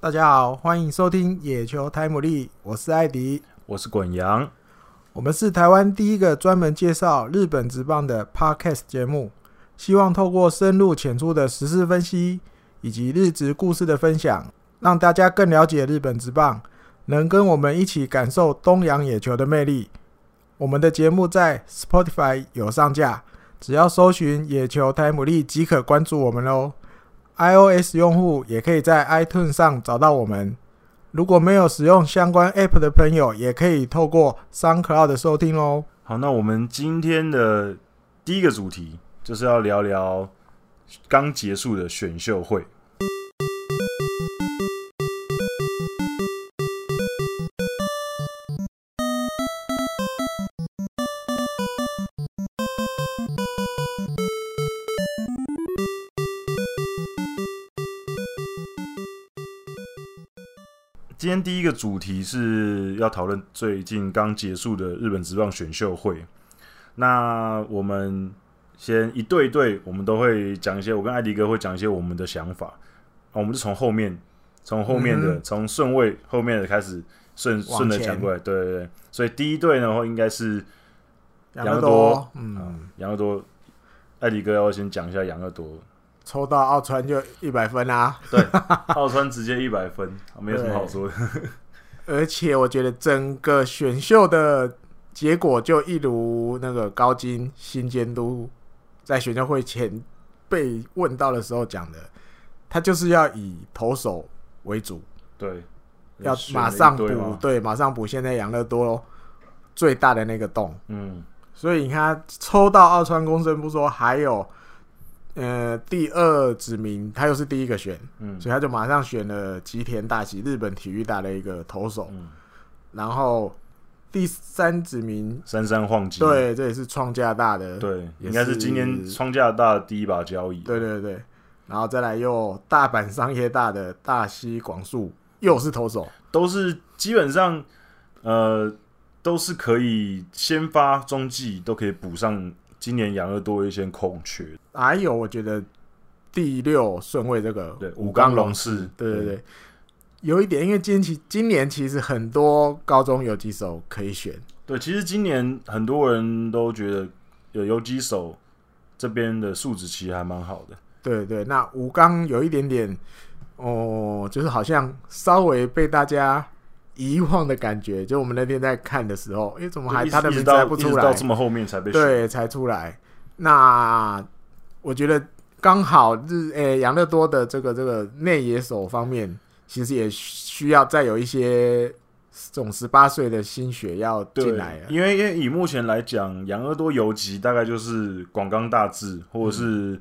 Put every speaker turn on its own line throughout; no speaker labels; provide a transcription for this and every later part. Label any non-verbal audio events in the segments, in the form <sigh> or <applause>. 大家好，欢迎收听《野球台姆利》，我是艾迪，
我是滚羊。
我们是台湾第一个专门介绍日本职棒的 Podcast 节目，希望透过深入浅出的时事分析以及日职故事的分享，让大家更了解日本职棒，能跟我们一起感受东洋野球的魅力。我们的节目在 Spotify 有上架，只要搜寻“野球台姆利”即可关注我们喽。iOS 用户也可以在 iTunes 上找到我们。如果没有使用相关 App 的朋友，也可以透过 SoundCloud 的收听哦。
好，那我们今天的第一个主题就是要聊聊刚结束的选秀会。今天第一个主题是要讨论最近刚结束的日本职棒选秀会。那我们先一对一对，我们都会讲一些，我跟艾迪哥会讲一些我们的想法。啊我们就从后面，从后面
嗯
的，
哼
从顺、位后面的开始顺
往
顺着
前
讲过来。对对对，所以第一队呢，应该是
杨
乐
乐
多
多，嗯，
嗯杨乐多。艾迪哥要先讲一下杨乐
<laughs>
多，
抽到奥川就一百分啊啦、
奥川直接一百分，啊没有什么
对
好说的。
而且我觉得整个选秀的结果就一如那个高金新监督在选秀会前被问到的时候讲的，他就是要以投手为主，
对，
要
选了
马
一
上
堆
补
嘛，
对，马上补现在养乐多最大的那个洞。
嗯，
所以你看，他抽到奥川公生不说，还有呃第二指名，他又是第一个选，
嗯
所以他就马上选了吉田大喜，日本体育大的一个投手。
嗯
然后第三指名，
三三晃机，
对，这也是创价大的，
对，
也
应该是
是
今年创加拿大的第一把交易。
对对对。然后再来又大阪商业大的大西广树，又是投手，
都是基本上呃都是可以先发中继都可以补上今年养乐多一些空缺。
还有我觉得第六顺位这个
对，
武
武冈
龙
龙士，
对对对，有一点，因为今期今年其实很多高中有几首可以选，
对，其实今年很多人都觉得有游击手这边的素质其实还蛮好的。
对对。那吴刚有一点点，哦，就是好像稍微被大家遗忘的感觉。就我们那天在看的时候，诶，怎么还
就一直
他的
一直
名字还
到
不
一
出
直
来
到？这么后面才被选。
对，才出来。那我觉得刚好日诶养乐多的这个这个内野手方面，其实也需要再有一些这种十八岁的新血要进来了。
因为因为以目前来讲，养乐多游击大概就是广冈大志或
嗯
者是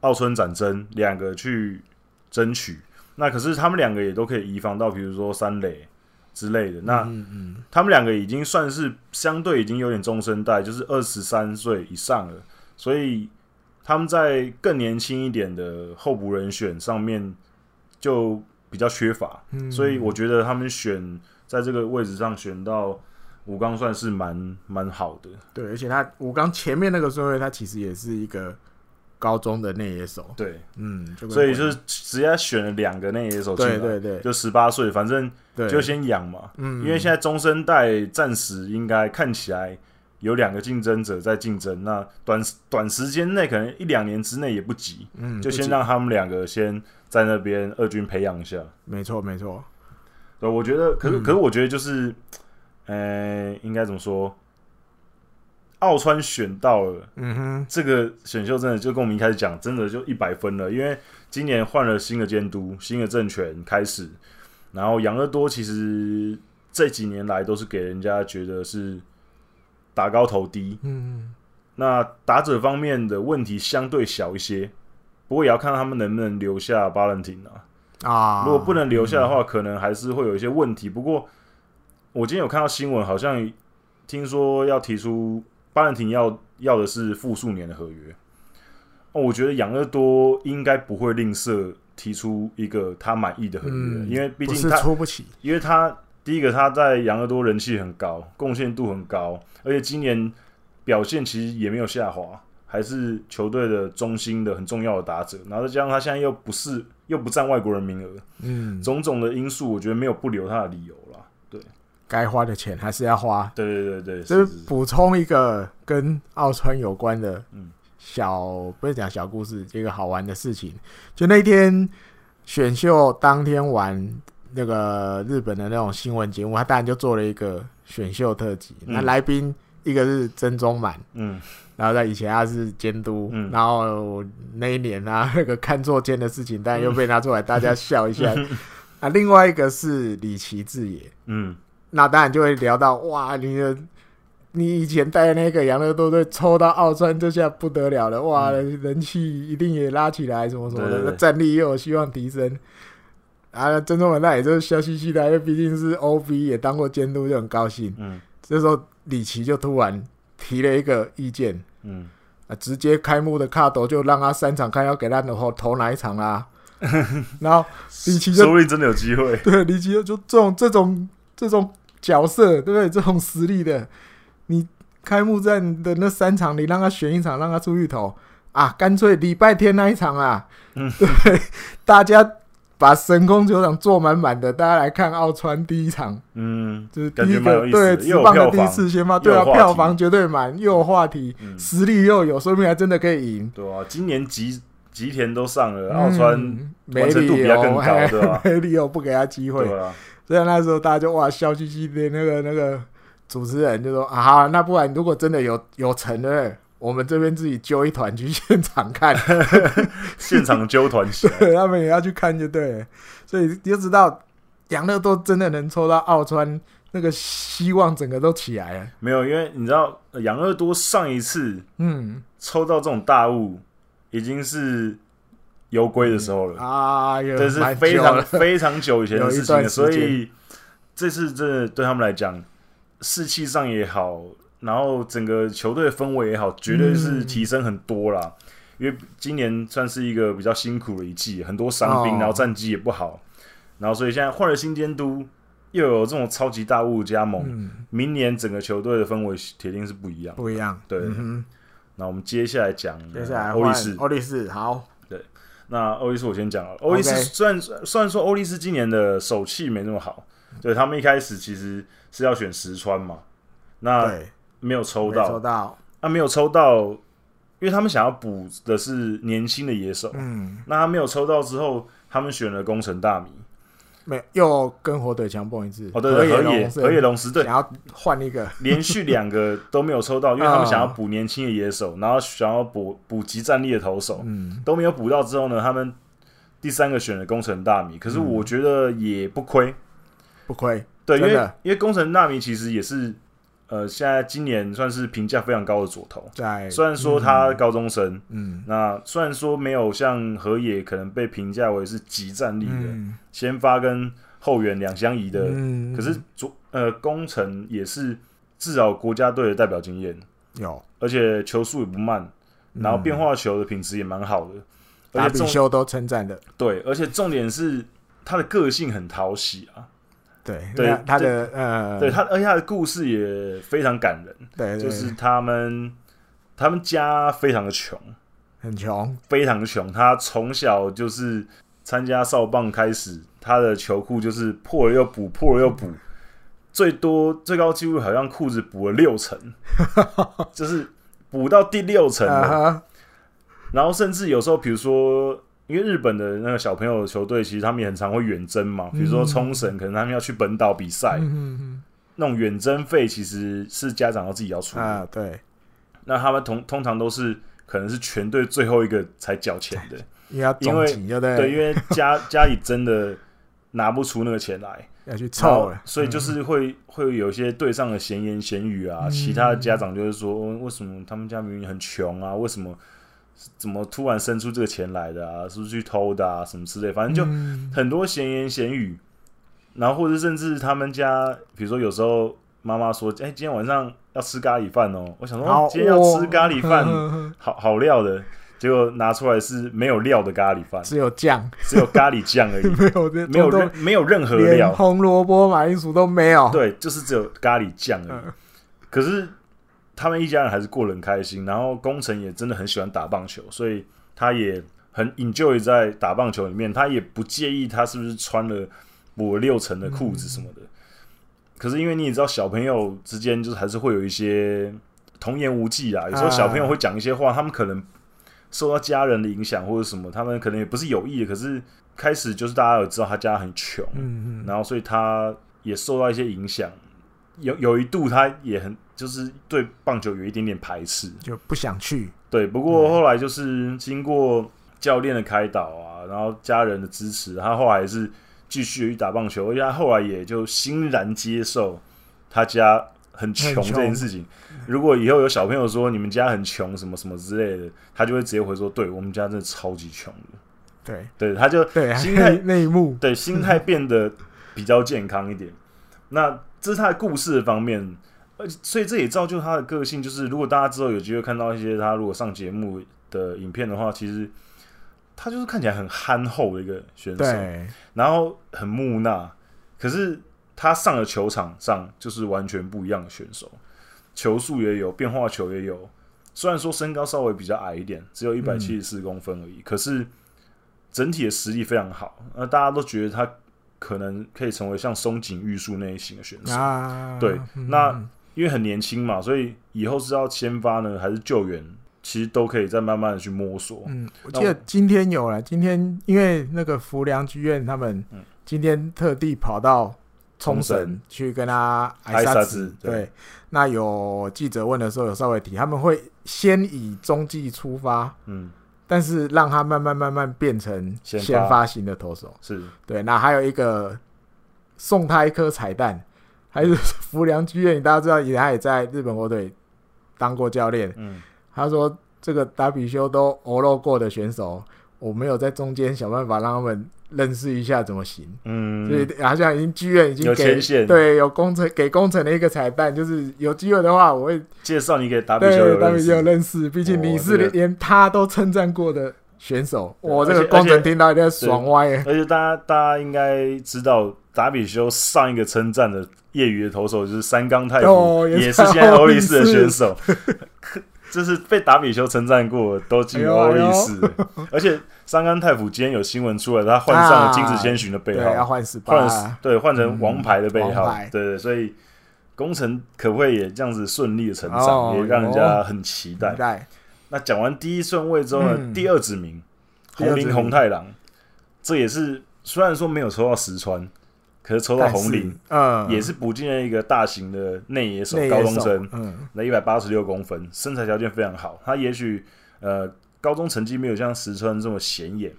奥村展真两个去争取。那可是他们两个也都可以移防到，比如说三垒之类的。那
嗯嗯，
他们两个已经算是相对已经有点中生代，就是二十三岁以上了，所以他们在更年轻一点的候补人选上面就比较缺乏。
嗯
所以我觉得他们选在这个位置上选到武冈算是蛮蛮好的。
对，而且他武刚前面那个顺位，他其实也是一个高中的内野手，
对，
嗯，就跟
所以
我
就是直接选了两个内野手进来，
对对对
就十八岁，反正
对，
就先养嘛。
嗯，
因为现在中生代暂时应该看起来有两个竞争者在竞争，那短短时间内可能一两年之内也不急，
嗯
就先
不急
让他们两个先在那边二军培养一下。
没错没错，
对，我觉得，可是、
嗯
可是我觉得就是，呃，应该怎么说？奥川选到了
嗯
这个选秀，真的就跟我们一开始讲，真的就一百分了。因为今年换了新的监督、新的政权开始，然后养乐多其实这几年来都是给人家觉得是打高投低
哼，嗯
那打者方面的问题相对小一些，不过也要看他们能不能留下巴伦廷啊。
啊，
如果不能留下的话，可能还是会有一些问题。不过，我今天有看到新闻，好像听说要提出巴伦廷要要的是复数年的合约。哦，我觉得养乐多应该不会吝啬提出一个他满意的合约，
嗯
因为毕
不
竟
是
他，
出不起，
因为他第一个他在养乐多人气很高，贡献度很高，而且今年表现其实也没有下滑，还还是球队的中心的很重要的打者，然后再加上他现在又不是又不占外国人名额，
嗯，
种种的因素，我觉得没有不留他的理由啦。对，
该花的钱还是要花。
对对对对，
就是
是是
补充一个跟奥川有关的
嗯
小，不是讲小故事，一个好玩的事情。就那天选秀当天玩那个日本的那种新闻节目，他当然就做了一个选秀特辑。
嗯
那来宾一个是曾宗满，
嗯
然后在以前他是监督，
嗯
然后那一年啊，那个看错监的事情，但又被拿出来大家笑一下。啊，另外一个是李奇志也，
嗯，
那当然就会聊到哇，你的你以前带的那个养乐多队抽到奥川，这下不得了了，哇，人气一定也拉起来，什么什么
嗯对
的，
对对
那战力又有希望提升。啊，曾宗文那也就是笑嘻嘻的，因为毕竟是 OB 也当过监督，就很高兴。
嗯
这时候李奇就突然提了一个意见，
嗯，
啊，直接开幕的卡斗就让他三场看要给他的后投哪一场
<laughs>
啦、然后李奇就
说不定真的有机 <laughs> 会。
对，李奇就就这种这种这种角色，对不对？这种实力的，你开幕战的那三场，你让他选一场，让他出去投啊，干脆礼拜天那一场啊，
嗯
对不对？大家把神宫球场坐满满的，大家来看奥川第一场，
嗯，
就是第
感觉
一
蛮有
个
意思
对
的
直
又有
棒的
票
第一
房
次先发，对
又
啊，
有话
票
题
房绝对满，又有话题，
嗯
实力又有，说明还真的可以赢。
对啊，今年吉吉田都上了，奥川
嗯没
完成
理
度比他更
由，
高
嘿
对吧
<laughs> 没理由不给他机会。
对啊，
所以那时候大家就哇笑嘻嘻的，那个那个主持人就说啊，好那不然如果真的有有成了，我们这边自己揪一团去 <laughs> 现场看，
现场揪团起来， <laughs>
对他们也要去看就对了。所以你就知道养乐多真的能抽到奥川，那个希望整个都起来了。
没有，因为你知道呃养乐多上一次
嗯
抽到这种大物，已经是游归的时候了，
啊，有
这是
蛮
非
久
常
了
非常久以前的事情
<laughs> 有一段
了，
时间
所以这次真的对他们来讲，士气上也好，然后整个球队的氛围也好，绝对是提升很多啦。
嗯
因为今年算是一个比较辛苦的一季，很多伤
哦
兵，然后战绩也不好，然后所以现在换了新监督，又有这种超级大物加盟，
嗯
明年整个球队的氛围铁定是不一样。
不一样。
对
嗯
那我们接下来讲
哼，接下来
呃欧力
换
士，
欧力士好，
那欧力士我先讲了，欧力士
OK
虽然虽然说欧力士今年的手气没那么好，对他们一开始其实是要选石川嘛，那
对，
没有啊抽
没
到
抽，到，
那、没有抽到，因为他们想要补的是年轻的野手，
嗯，
那他没有抽到之后，他们选了工程大米，
没又跟火腿强碰一次。
哦对对，
河
河
野
野河野
龙
龙石
是 <laughs>
对
想，要换一个，
连续两个都没有抽
嗯
到，因为他们想要补年轻的野手，然后想要补补集战力的投手，
嗯。
都没有补到之后呢，他们第三个选了工程大米，可
嗯
是我觉得也不亏。
不亏，
对，因
真
为
的
因为工程纳米其实也是呃，现在今年算是评价非常高的左投。
在
虽然说他高中生，
嗯
那虽然说没有像河野可能被评价为是极战力的、
嗯
先发跟后援两相宜的，
嗯
可是左呃工程也是至少国家队的代表经验，
有
而且球速也不慢，然后变化球的品质也蛮好的，
嗯打
而且
比
重
修都称赞的，
对，而且重点是他的个性很讨喜啊，
对
对
那他的呃，
对他，而且他的故事也非常感人。
对对
就是他们他们家非常的穷，
很穷，
非常的穷。他从小就是参加少棒开始，他的球裤就是破了又补，破了又补，嗯最多最高纪录好像裤子补了六 <laughs> 层，就是补到第六层了。
啊哈
然后甚至有时候，比如说，因为日本的那个小朋友的球队，其实他们也很常会远征嘛，比如说冲绳，可能他们要去本岛比赛，
嗯
那种远征费其实是家长要自己要出的。
啊，对，
那他们通通常都是可能是全队最后一个才缴钱的，
因为要
因
总
为
体，对不对？
对，因为家 <laughs> 家里真的拿不出那个钱来，
要去
然后
凑了，
所以就是会、会有一些队上的闲言闲语
嗯
啊，其他的家长就是说、哦为什么他们家明明很穷啊，为什么怎么突然生出这个钱来的啊，是不是去偷的啊，什么之类，反正就
嗯
很多闲言闲语，然后或者甚至他们家，比如说有时候妈妈说，哎、今天晚上要吃咖喱饭哦，我想说、
好
哦今天要
哦
吃咖喱饭。
<laughs> 呵呵呵
好好料的，结果拿出来是没有料的咖喱饭，
只有酱， <laughs>
只有咖喱酱而已，
没有这
没有
都都
任没有任何
连
料，
哦红萝卜、马铃薯都没有，
对，就是只有咖喱酱而已。可是他们一家人还是过得很开心。然后工程也真的很喜欢打棒球，所以他也很 enjoy 在打棒球里面，他也不介意他是不是穿了补了六层的裤子什么的。可是因为你也知道，小朋友之间就是还是会有一些童言无忌啊。有时候小朋友会讲一些话，他们可能受到家人的影响或者什么，他们可能也不是有意的。可是开始就是大家有知道他家很穷，
嗯嗯，
然后所以他也受到一些影响。有有一度他也很就是对棒球有一点点排斥，
就不想去，
对。不过后来就是经过教练的开导啊，然后家人的支持，他后来还是继续去打棒球，而且他后来也就欣然接受他家很穷
很
这
穷
件事情。如果以后有小朋友说你们家很穷什么什么之类的，他就会直接回说：“对我们家真的超级穷的。
对”
对，他就
对，
心
那
态
<laughs> 一那一幕，
对，心态变得比较健康一点。那这是他的故事的方面，而且所以这也造就他的个性。就是如果大家之后有机会看到一些他如果上节目的影片的话，其实他就是看起来很憨厚的一个选手，
对，
然后很木讷，可是他上了球场上就是完全不一样的选手，球速也有，变化球也有。虽然说身高稍微比较矮一点，只有一百七十四公分而已，可是整体的实力非常好。那大家都觉得他可能可以成为像松井玉树那一型的选手，
啊，
对
嗯
那因为很年轻嘛，所以以后是要先发呢还是救援，其实都可以再慢慢的去摸索。
嗯，我
那
记得
我
今天有了，今天因为那个福良剧院他们
嗯
今天特地跑到冲
冲
绳
绳
去跟他挨
挨
沙
沙
子
子。对
对，那有记者问的时候有稍微提，他们会先以中继出发，
嗯，
但是让他慢慢慢慢变成
先发
先发型的投手。
是
对，那还有一个送他一颗彩蛋，还
嗯
是福良剧院，大家知道也他也在日本火腿当过教练，
嗯，
他说这个达比修都欧漏过的选手，我没有在中间想办法让他们认识一下怎么行。
嗯，
所以好像已经剧院已经
有
给
牵线
对有工程给工程的一个彩蛋，就是有机会的话，我会
介绍你给达比修
对
有
达
认
比
识
修认识，毕竟你
哦
是
这个
连他都称赞过的选手，
对
我这
而
个
且
工
而且
程听到一定要爽歪耶。
<laughs> 而且大家大家应该知道，达比修上一个称赞的业余的投手就是三冈太辅，
哦
也
也
是
是
现在欧力士的
欧力士
选手， <laughs> 就是被达比修称赞过，都
哎
进欧力士。而且三冈太辅今天有新闻出来，他换上了金子千寻的
对，
背
要
号，
换十
换、
八，
对换成王牌的背
嗯
号，
王牌
对对，所以工程可不可以也这样子顺利的成长，
哦
也让人家很期待。
对，
那讲完第一顺位之后呢，
嗯
第二指名
第二
红
指名
林红太狼，这也是虽然说没有抽到石川，可是抽到红林，，
嗯，
也是补进了一个大型的内野手
内野
高中
手
生，
嗯，
那一百八十六公分，身材条件非常好。他也许呃高中成绩没有像石川这么显眼，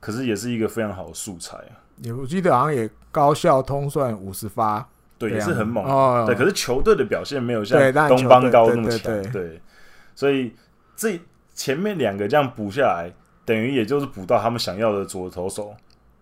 可是也是一个非常好的素材啊，
也我记得好像也高校通算五十发，
对，
对
也
啊
是很猛。
哦，
对，可是球队的表现没有像
对当然
东邦高
球队
那么
对对
强，对，所以这前面两个这样补下来，等于也就是补到他们想要的左投手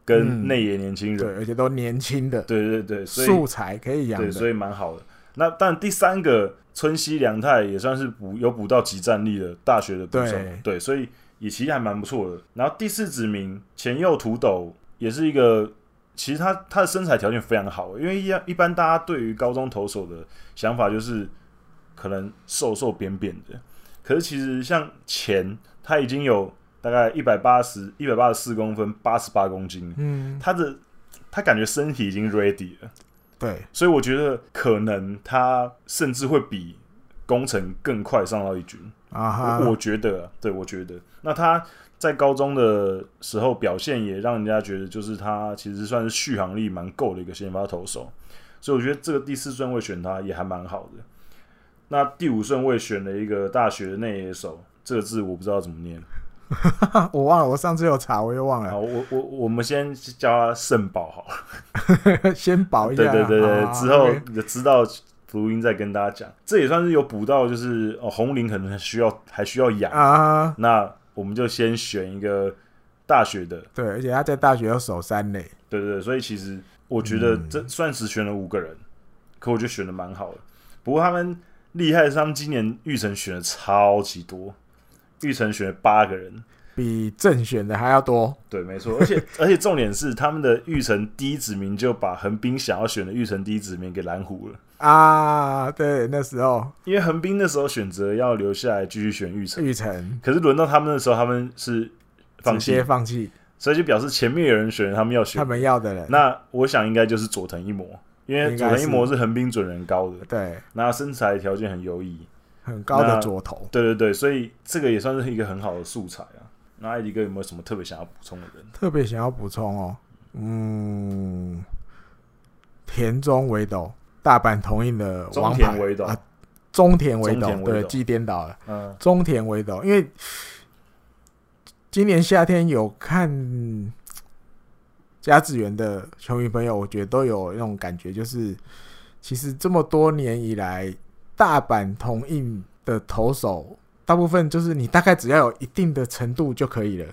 跟
嗯
内野年轻人，
对，而且都年轻的
对对对，所以
素材可以养
对，所
的，
以蛮好的。那但第三个春熙良太也算是补有补到集战力的大学的补手
对，
对，所以也其实还蛮不错的。然后第四指名前右土斗也是一个，其实他他的身材条件非常好，因为一样一般大家对于高中投手的想法就是可能瘦瘦扁扁的，可是其实像钱他已经有大概一百八十一百八十四公分，八十八公斤，
嗯，
他的他感觉身体已经 ready 了。
对，
所以我觉得可能他甚至会比工程更快上到一军。
啊哈，
我我觉得啊，对我觉得，那他在高中的时候表现也让人家觉得，就是他其实算是续航力蛮够的一个先发投手。所以我觉得这个第四顺位选他也还蛮好的。那第五顺位选了一个大学内野手，这个字我不知道怎么念。
我忘了，我上次有查，我又忘
然
了，
后我我我们先叫他圣宝好了。
<laughs> 先保一下
对
啊，
对对对，
啊
之后
OK
有知道福音再跟大家讲，这也算是有补到，就是哦，红林可能还需要还需要养，
啊，
那我们就先选一个大学的，
对，而且他在大学有守三垒，
对对对，所以其实我觉得这算只选了五个人，可我觉得选的蛮好的。不过他们厉害的是，他们今年玉成选了超级多，玉成选了八个人，
比正选的还要多，
对，没错，
<laughs>
而且而且重点是他们的玉成第一指名就把横滨想要选的玉成第一指名给蓝湖了，
啊，对，那时候
因为横滨那时候选择要留下来继续选玉成，
玉成
可是轮到他们的时候，他们是放
直接
弃，
放弃
所以就表示前面有人选，他们要
他
选。
们要的人，
那我想应该就是佐藤一模，因为
应
佐
该是
藤一模是横滨准人高的，
对，
那身材条件很优异。
很高的
那
左头。
对对对，所以这个也算是一个很好的素材啊。那艾迪哥有没有什么特别想要补充的人？
特别想要补充哦，嗯，田中唯斗，大阪同印的
中
王
田
牌
唯斗，
啊，中田唯斗
中田，唯斗
对，记颠倒了，
嗯，
中田唯斗，因为今年夏天有看甲子园的球迷朋友，我觉得都有那种感觉，就是其实这么多年以来，大阪同印的投手。大部分就是你大概只要有一定的程度就可以
<laughs>
了。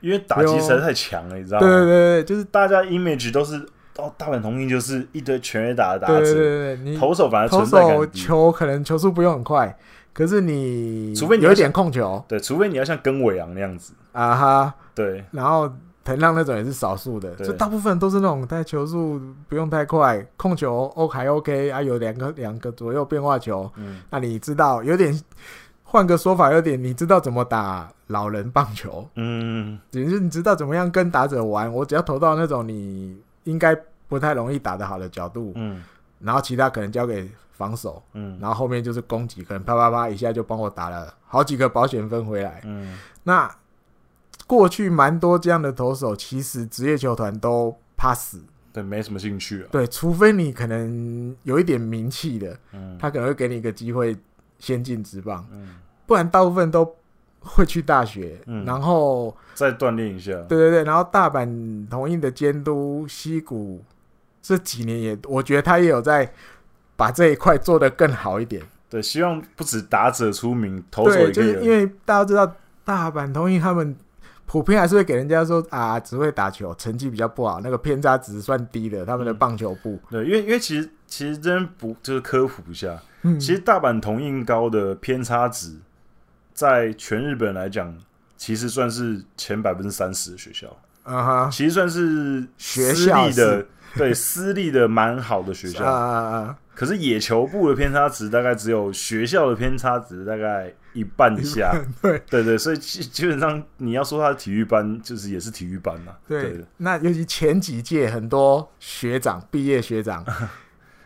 因为打击实在太强了，你知道
对
吗？
对对对，就是
大家 image 都是哦，大阪同印就是一堆全垒打的打者，
对对对对，你
投手反而
投
存在
手
感低。
球可能球速不用很快，可是你
除非你
有一点控球
对，除非你要像根尾昂那样子，
啊哈，
对
然后藤浪那种也是少数的，
对
就大部分都是那种但球速不用太快，控球 O 还 OK 啊，有两个两个左右变化球，
嗯
那你知道有点换个说法，有点你知道怎么打老人棒球，
嗯，
也就是你知道怎么样跟打者玩，我只要投到那种你应该不太容易打得好的角度，
嗯
然后其他可能交给防守。
嗯
然后后面就是攻击，可能啪啪啪一下就帮我打了好几个保险分回来。
嗯，
那过去蛮多这样的投手，其实职业球团都怕死，
对，没什么兴趣啊，
对，除非你可能有一点名气的，
嗯
他可能会给你一个机会先进职棒，
嗯，
不然大部分都会去大学，
嗯
然后
再锻炼一下，
对对对，然后大阪同印的监督西谷这几年也，我觉得他也有在把这一块做得更好一点。
对，希望不止打者出名，投手
对，
也
就
可以啊
是因
有。
为大家都知道大阪同意他们普遍还是会给人家说啊，只会打球，成绩比较不好，那个偏差值算低的，他们的棒球部，
对，因为因为其实其实真不就是科普一下，
嗯，
其实大阪同印高的偏差值，在全日本来讲，其实算是前百分之三十的学校。
啊哈，
其实算是
学
私
校
立的，对私立的蛮好的学
<laughs> 啊
校。
啊啊，
可是野球部的偏差值大概只有学校的偏差值大概一半以下，
对
对对，所以基基本上你要说他的体育班，就是也是体育班呐、对
对，那尤其前几届很多学长毕业学
<laughs>
长，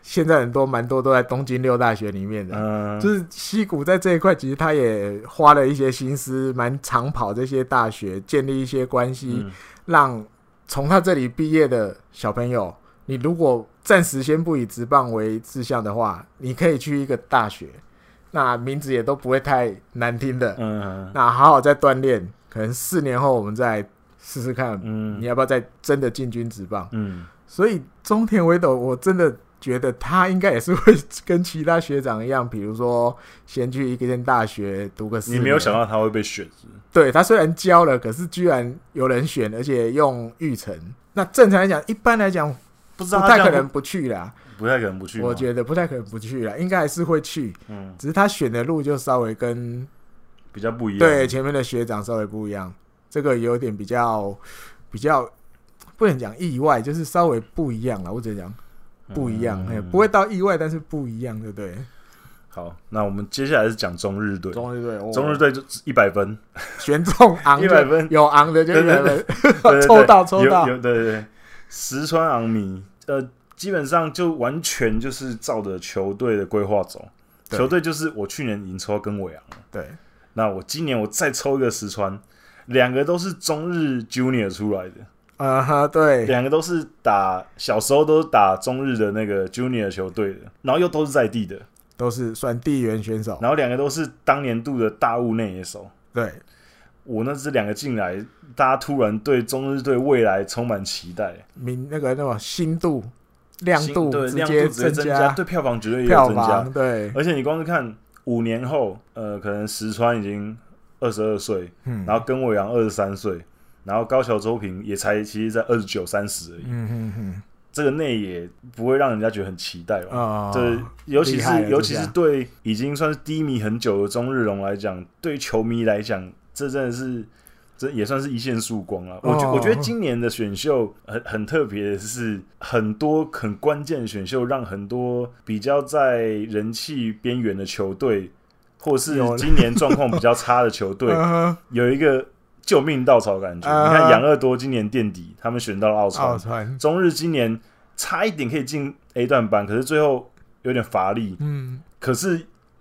现在很多蛮多都在东京六大学里面的。
嗯，
就是西谷在这一块，其实他也花了一些心思，蛮长跑这些大学，建立一些关系，
嗯
让从他这里毕业的小朋友，你如果暂时先不以职棒为志向的话，你可以去一个大学，那名字也都不会太难听的。
嗯
那好好再锻炼，可能四年后我们再试试看，你
嗯
要不要再真的进军职棒。
嗯，
所以中田唯斗，我真的觉得他应该也是会 <laughs> 跟其他学长一样，比如说先去一间大学读个四
你
年。
没有想到他会被选，是不是
对他虽然教了，可是居然有人选，而且用育成。那正常来讲，一般来讲
不知
不
道
太
他
可
这
能
样
不去啦。
不不太可能不去吗，
我觉得不太可能不去啦，应该还是会去，
嗯
只是他选的路就稍微跟
比较不一样，
对前面的学长稍微不一样，这个有点比较比较不能讲意外，就是稍微不一样了。我只能讲
嗯，
不一样，哎、
嗯
不会到意外，但是不一样，对不对？
好。那我们接下来是讲中日队，
中日队，哦
中日队就一百分，
选中昂就
100分
有昂的就
对
一
对
百分，
<laughs> 对对
抽
对
到抽
有
到，
有对对对，石川昂迷，呃，基本上就完全就是照着球队的规划走。
对
球队就是我去年已经抽到根尾昂了，
对
那我今年我再抽一个石川，两个都是中日 Junior 出来的，
啊哈，对，
两个都是打小时候都是打中日的那个 Junior 球队的，然后又都是在地的，
都是算地缘选手。
然后两个都是当年度的大物内野手。
对，
我那这两个进来，大家突然对中日队未来充满期待。
明那个那种新度、亮
新
度
对
直
亮度
接
直接增
加
对票房绝对也有
票
增加
房，。对，
而且你光是看五年后，呃，可能石川已经二十二岁，
嗯
然后根尾洋二十三岁，然后高桥周平也才其实在二十九、三十而已。
嗯嗯嗯
这个内野不会让人家觉得很期待吧？
啊，
对，尤其
厉害
是
了
尤其
这
是
下
对已经算是低迷很久的中日龙来讲，对球迷来讲，这真的是这也算是一线曙光了。我觉
哦
我觉得今年的选秀很很特别的是，很多很关键的选秀让很多比较在人气边缘的球队，或是
有了
今年状况比较差的球队，
<laughs> 嗯哼
有一个救命稻草感觉。
啊
你看养乐多今年垫底，他们选到了奥
奥
川，
川，
中日今年差一点可以进 A 段班，可是最后有点乏力。
嗯，
可是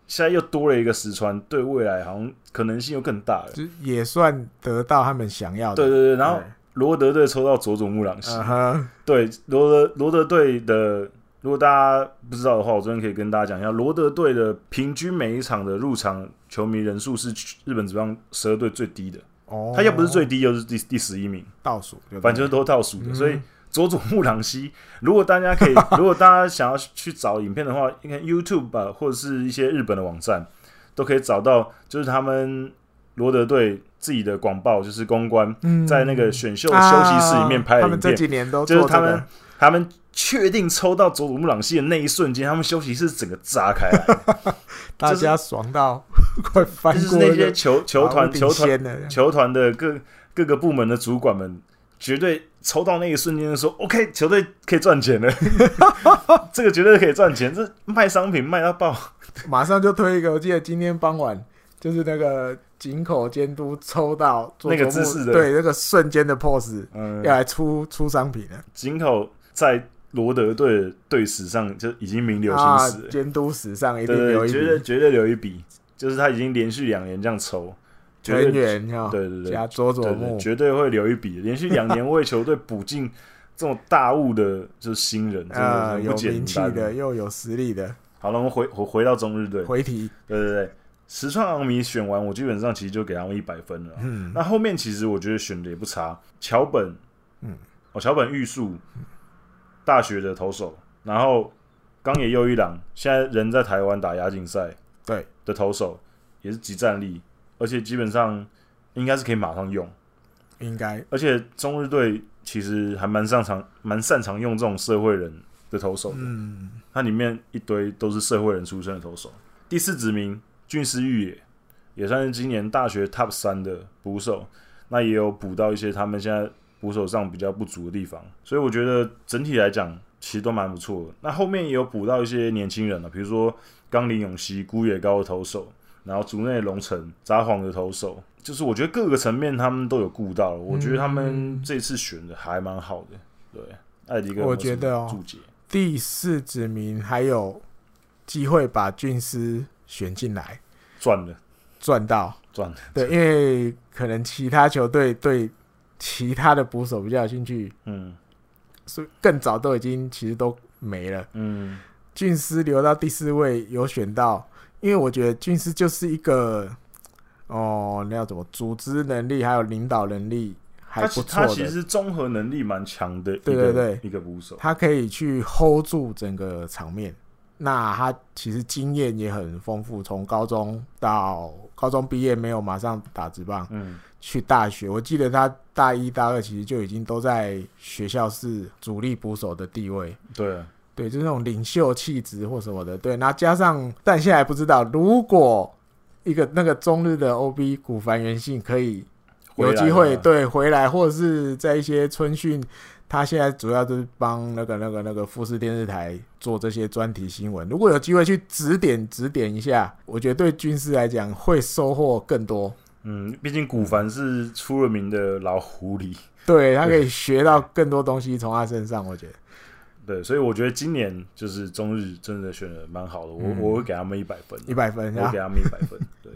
现在又多了一个石川，对未来好像可能性又更大了。
就也算得到他们想要的。
对对对，然后
对
罗德队抽到佐佐木朗希，
嗯哼，
对罗德罗德队的，如果大家不知道的话，我这边可以跟大家讲一下，罗德队的平均每一场的入场球迷人数是日本职棒十二队最低的，
哦，
他要不是最低，又是第第十一名，
倒数，对不对
反正就是都倒数的，
嗯
所以。佐佐木朗希，如果大
<laughs>
家可以，如果大家想要去找影片的话，应该 YouTube 吧，或者是一些日本的网站，都可以找到，就是他们罗德队自己的广报，就是公关
嗯
在那个选秀休息室里面拍
啊他
的
们
影
这
片，
几年都
就是
做
他
这
们
个，
他们确定抽到佐佐木朗希的那一瞬间，他们休息室整个炸开来，
大
就是
家爽到 <laughs> 快 <laughs> 翻
就是
过
那些
个
球球
房
团
顶
球团
掀了
<laughs> 球团的各各个部门的主管们，绝对抽到那一瞬间就说：“OK，球队可以赚钱了， <laughs> 这个绝对可以赚钱，这卖商品卖到爆。
<laughs> 马上就推一个。我记得今天傍晚就是那个井口监督抽到佐
那个
佐木
姿势的
对那个瞬间的 pose，”
嗯，
要来出出商品了，
井口在罗德队的队史上就已经名留青
啊
史，了，
监督史上一定
对对
有
对，
一
绝对
笔
绝对留一笔，就是他已经连续两年这样抽，绝
全
对
员哈，
对对对
加佐佐
对对，
木，
绝对会留一笔的，连续两年为球队补进这种大物的，就是新人，真
啊，
的是
有
不简
名气的
单。
又有实力的
好了，我们回回回到中日队，
回题，
对对对，石川昂米选完，我基本上其实就给他们一百分了。
嗯，
那后面其实我觉得选的也不差，桥本，
嗯，
哦，桥本玉树，大学的投手，然后冈野佑一郎，现在人在台湾打亚锦赛，
对
的投手也是集战力，而且基本上应该是可以马上用，
应该
而且中日队其实还蛮擅长蛮擅长用这种社会人的投手的，
嗯
它里面一堆都是社会人出身的投手。第四指名俊师玉也，也算是今年大学 Top 三的捕手，那也有补到一些他们现在捕手上比较不足的地方，所以我觉得整体来讲其实都蛮不错的。那后面也有补到一些年轻人了、比如说冈林永熙、孤野高的投手，然后竹内龙城、札幌的投手，就是我觉得各个层面他们都有顾到了，我觉得他们这次选的还蛮好的。对，艾迪哥有没
嗯
有
我觉得哦
什么注解。
第四指名还有机会把俊师选进来
赚了，
赚到，
赚了，
对，因为可能其他球队对其他的捕手比较有兴趣，
嗯
所以更早都已经其实都没了。
嗯
俊师留到第四位有选到，因为我觉得俊师就是一个哦，那要怎么组织能力还有领导能力还
他
不
其
错
他其
的，
实综合能力蛮强的一个，
对对对
一个捕手，
他可以去 hold 住整个场面。那他其实经验也很丰富，从高中到高中毕业没有马上打职棒，
嗯，
去大学，我记得他大一、大二其实就已经都在学校是主力捕手的地位，
对啊，
对，就是那种领袖气质或什么的，对。那加上，但现在还不知道，如果一个那个中日的 OB 古凡元信可以有
回来
机会
了
对回来，或者是在一些春训，他现在主要就是帮那个那个那个富士电视台做这些专题新闻。如果有机会去指点指点一下，我觉得对军师来讲会收获更多。
嗯，毕竟古凡是出了名的老狐狸，
对他可以学到更多东西从他身上，我觉
嗯
得。
对，所以我觉得今年就是中日真的选的蛮好的，我、
嗯
我会给他们一百分，啊
一百分，啊
我
然
给
后
他们一百分， <laughs> 对。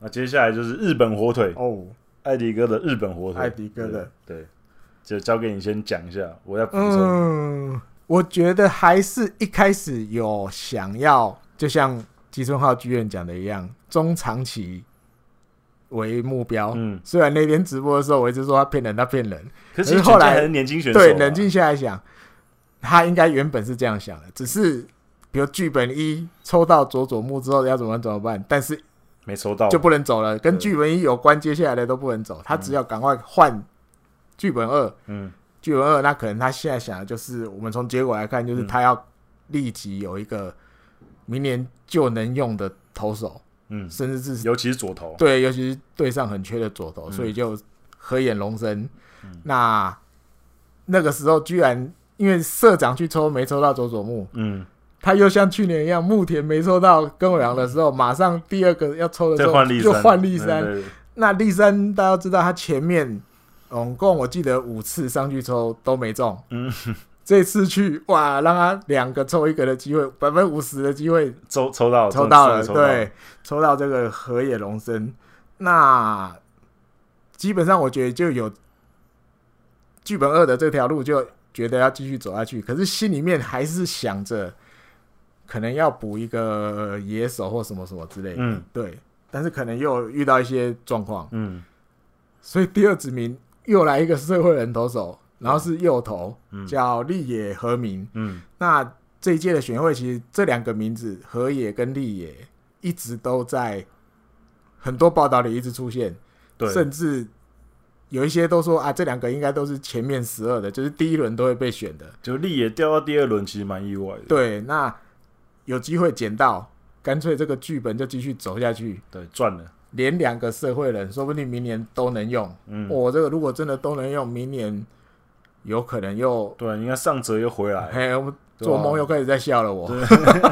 那接下来就是日本火腿，
哦，
艾迪哥的日本火腿，
艾迪哥的
对，对，就交给你先讲一下，我要补充，
嗯，我觉得还是一开始有想要，就像吉村浩剧院讲的一样，中长期为目标。
嗯，啊
虽然那天直播的时候，我一直说他骗人，他骗人。可
可
是
是
后来
还是年轻选手、啊，
对，冷静下来想，他应该原本是这样想的，只是比如剧本一抽到佐佐木之后要怎么怎么办，但是
没抽到，
就不能走了，跟
对
剧本一有关，接下来的都不能走，他只要赶快换剧本二，
嗯
剧本二，那可能他现在想的就是，我们从结果来看，就是
嗯
他要立即有一个明年就能用的投手，
嗯，
甚至是
尤其是左投，
对，尤其是对上很缺的左投，
嗯
所以就合眼龙生。那那个时候居然因为社长去抽没抽到佐佐木，
嗯，
他又像去年一样，木田没抽到跟我良的时候，马上第二个要抽的时
嗯再
候
换立
就
三，
换立
对
三。
对对
那立三大家都知道，他前面总共我记得五次上去抽都没中，
嗯，
这次去哇，让他两个抽一个的机会，百分之五十的机会
抽抽到
抽到了，
终于哦抽到
对，抽到这个河野龙生，那基本上我觉得就有剧本二的这条路，就觉得要继续走下去，可是心里面还是想着可能要补一个野手或什么什么之类的，
嗯
对，但是可能又遇到一些状况，
嗯
所以第二指名又来一个社会人投手，然后是右投，
嗯
叫立野和明，
嗯
那这一届的选会，其实这两个名字河野跟立野一直都在很多报道里一直出现，
对，
甚至有一些都说啊，这两个应该都是前面十二的，就是第一轮都会被选的。
就力也掉到第二轮，其实蛮意外的。
对，那有机会捡到，干脆这个剧本就继续走下去，
对，赚了。
连两个社会人，说不定明年都能用。
嗯，
我、这个如果真的都能用，明年有可能又。
对，啊应该上折又回来。
嘿，我们
对啊吧
做梦又开始在笑了我。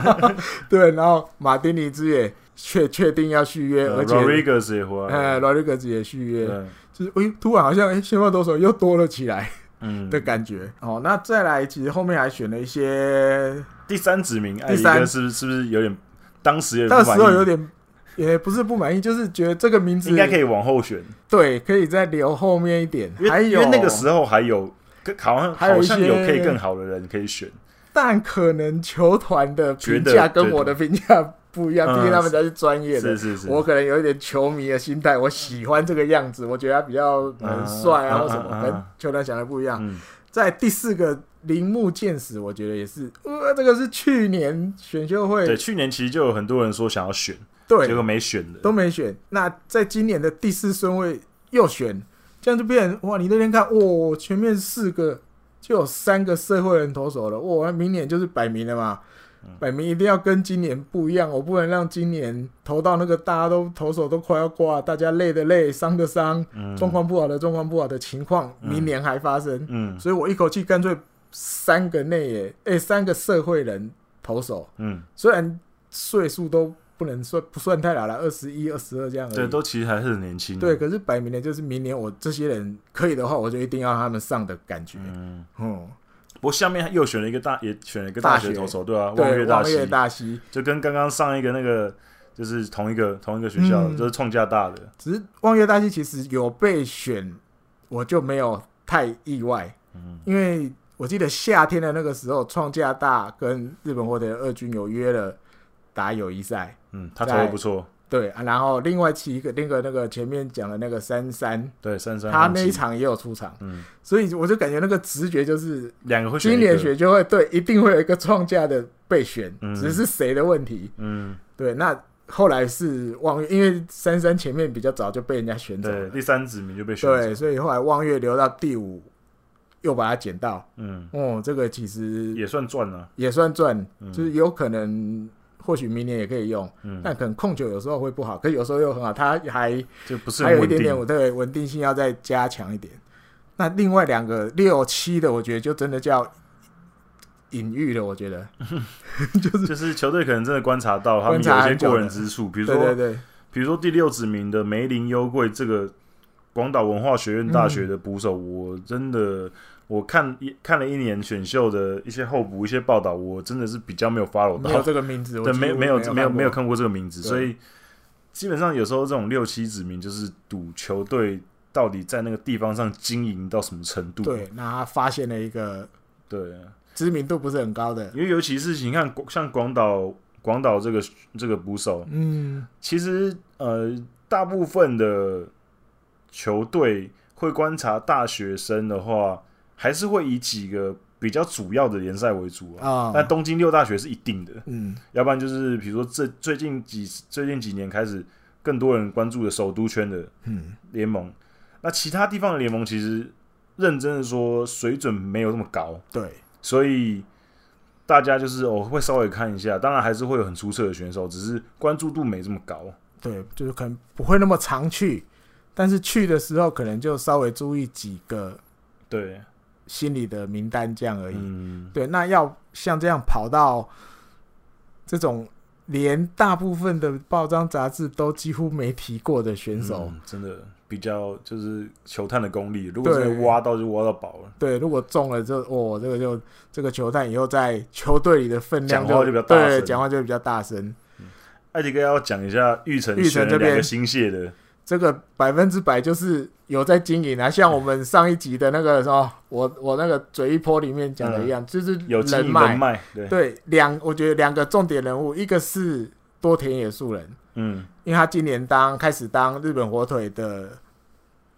<laughs> 对，然后马丁尼兹也确确定要续约，而且
呃 Rodriguez 也回来
呃
了。
罗瑞格子也续约，
对，
就是哎、突然好像哎，先发投手又多了起来
嗯，
的感觉。哦，那再来，其实后面还选了一些，
第三指名艾
第
迪
三
哥是不是是不是有点当时有点
那
不
时
满
候有
意？
点也不是不满意，就是觉得这个名字
应该可以往后选，
对，可以再留后面一点。
因
还
为因
有
为那个时候还有跟好像
还有一
好像
些
有可以更好的人可以选。
但可能球团的
觉
评
得
价跟
觉
我
得
的评价不一样，毕竟
嗯
他们才是专业的
是。是是，
我可能有一点球迷的心态，我喜欢这个样子，我觉得他比较很帅啊，
啊
或什
啊
么，
啊
跟球团想的不一样。
嗯，
在第四个铃木健史，我觉得也是，呃，这个是去年选秀
对，
会
去年其实就有很多人说想要选，结果
对
没选的。
都没选，那在今年的第四顺位又选，这样就变成哇，你那天看，哇，前面四个就有三个社会人投手了，哇，那明年就是摆明了嘛。
嗯
摆明一定要跟今年不一样，我不能让今年投到那个大家都投手都快要挂，大家累的累，伤的伤，
嗯
状况不好的状况不好的情况，
嗯
明年还发生，
嗯
所以我一口气干脆三个内野，诶、三个社会人投手，
嗯，
虽然岁数都不能算不算太老了，二十一、二十二这样而已。
对，都其实还是很年轻。
对，，可是摆明了就是明年我这些人可以的话，我就一定要让他们上的感觉。
嗯，
嗯，
不过下面又选了一个大，也选了一个
大
大
学
学投手，对啊，望
哦对，
月大
望
西
月，大西，
就跟刚刚上一个那个就是同一个同一个学校，
嗯
就是创价大的。
只是望月大西其实有被选，我就没有太意外，
嗯
因为我记得夏天的那个时候，创价大跟日本火腿的二军有约了打友谊赛。
嗯，他投的不错，
对啊，然后另外七个那个那个前面讲的那个三三，
对，三三
他
和
那
七
一，场也有出场，
嗯，
所以我就感觉那个直觉就是
两个会选
今
一个
年选就会对，一定会有一个创价的备选，
嗯
只是谁的问题。
嗯，
对，那后来是望月，因为三三前面比较早就被人家选走
对，
了，
第三指名就被选走，
对，所以后来望月留到第五，又把他捡到，
嗯，
哦、这个其实
也算赚了，
也算赚，
嗯
就是有可能。或许明年也可以用，
嗯，
但可能控球有时候会不好，可有时候又很好。他还
就不是
还
很
有一
稳
点点
定，
我对稳定性要再加强一点。那另外两个六七的，我觉得就真的叫隐喻了。我觉得，
就是球队可能真的观察到他
观
们
察
有一
很
些
久
过
了
人之处，比
对
如说
对对，
比如说第六指名的梅林优贵这个广岛文化学院大学的捕手，我真的我看一看了一年选秀的一些后补一些报道，我真的是比较没有 follow
没有
<laughs> 到，
这个名字，我
对，
几乎
没
没
有没有没有
看
看过这个名字，
对
所以基本上有时候这种六七指名就是赌球队到底在那个地方上经营到什么程度，
过。对，那他发现了一个
对，
知名度不是很高的，
因为尤其是你看像广岛广岛这个这个捕手，
嗯，
其实呃，大部分的球队会观察大学生的话，还是会以几个比较主要的联赛为主啊。
啊、
那东京六大学是一定的，
嗯，
要不然就是比如说这最近几最近几年开始，更多人关注的首都圈的
嗯
联盟。那其他地方的联盟其实认真的说，水准没有那么高。
对，
所以大家就是我、哦、会稍微看一下，当然还是会有很出色的选手，只是关注度没这么高。
对，就是可能不会那么常去，但是去的时候可能就稍微注意几个
对，
心里的名单这样而已。
嗯，
对，那要像这样跑到这种连大部分的报章杂志都几乎没提过的选手，
嗯真的比较就是球探的功力，如果真
对
的挖到就挖到宝了，
对，如果中了就哦，这个就这个球探以后在球队里的分量
讲话就比较大
对，
声
讲话就比较大声。
艾迪哥要讲一下玉成
玉成
选
这
了两
边
个新蟹的，
这个百分之百就是有在经营啊，像我们上一集的那个什么，我我那个嘴一坡里面讲的一样，就是
嗯有经
人
营
脉
人。脉，对，
对，两我觉得两个重点人物，一个是多田野树人，
嗯，
因为他今年当开始当日本火腿的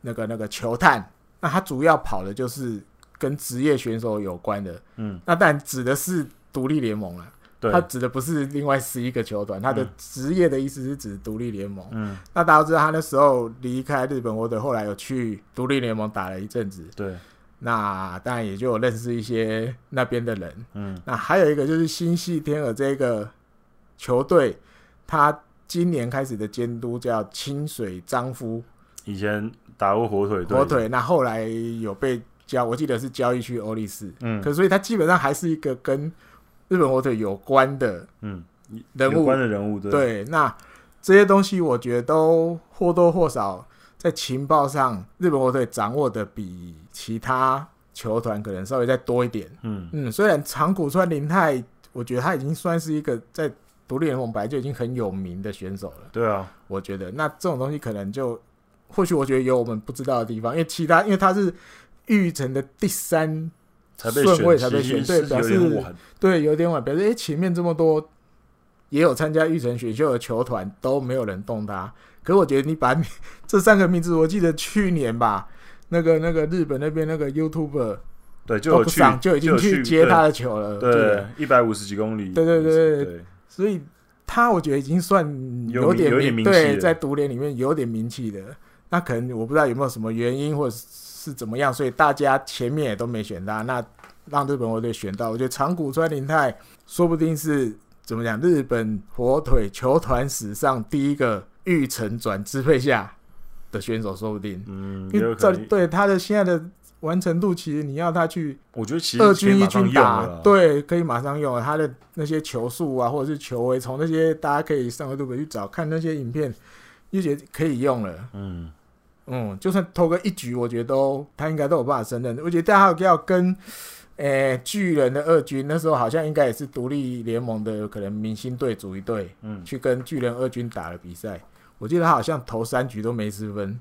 那个那个球探，那他主要跑的就是跟职业选手有关的，
嗯，
那但指的是独立联盟了，啊
对
他，指的不是另外十一个球团，他的
嗯
职业的意思是指独立联盟。
嗯，
那大家都知道他那时候离开日本火腿，后来有去独立联盟打了一阵子，
对，
那当然也就有认识一些那边的人。
嗯，
那还有一个就是新系天鹅这个球队，他今年开始的监督叫清水章夫
以前打过火腿队，
火，腿，那后来有被交，我记得是交易去欧力士，
嗯
可所以他基本上还是一个跟日本火腿有关的
嗯，
人
有
物。
关的人物，对，
对，那这些东西我觉得都或多或少在情报上，日本火腿掌握的比其他球团可能稍微再多一点。
嗯，
嗯，虽然长谷川林太，我觉得他已经算是一个在独立联盟本来就已经很有名的选手了。
对啊，
我觉得那这种东西可能就，或许我觉得有我们不知道的地方，因为其他因为他是玉城的第三，
才被
顺位
选，
才被
其
选
实
对
是
表
有
示
点晚，
对，有点晚，表示诶、前面这么多也有参加玉城选秀的球团都没有人动他，可我觉得你把你这三个名字，我记得去年吧。那个那个日本那边那个 YouTuber
对，就有去
Doc-san 就已经
有去
去接
对
他的球了，对
对，一百五十几公里，
对对对
对，
所以他我觉得已经算
有
有点
有点名气
对，
了
在独联里面有点名气的。那可能我不知道有没有什么原因，或者是怎么样，所以大家前面也都没选他，那让日本火腿选到，我觉得长谷川林太说不定是怎么讲，日本火腿球团史上第一个玉成转支配下的选手，说不定。
嗯，也
因
有
为
可
这
能，
对他的现在的完成度，其实你要他去
我觉得其实
二
可以
军一
马上
军
用
打
了啦，，
对，可以马上用了他的那些球速啊，或者是球威，从那些大家可以上 YouTube 去找看那些影片，就觉得可以用了。
嗯，
嗯，就算投个一局，我觉得都他应该都有办法胜任。我觉得大家要跟，诶、巨人的二军那时候好像应该也是独立联盟的可能明星队组一队
嗯，
去跟巨人二军打了比赛。我记得他好像投三局都没失分，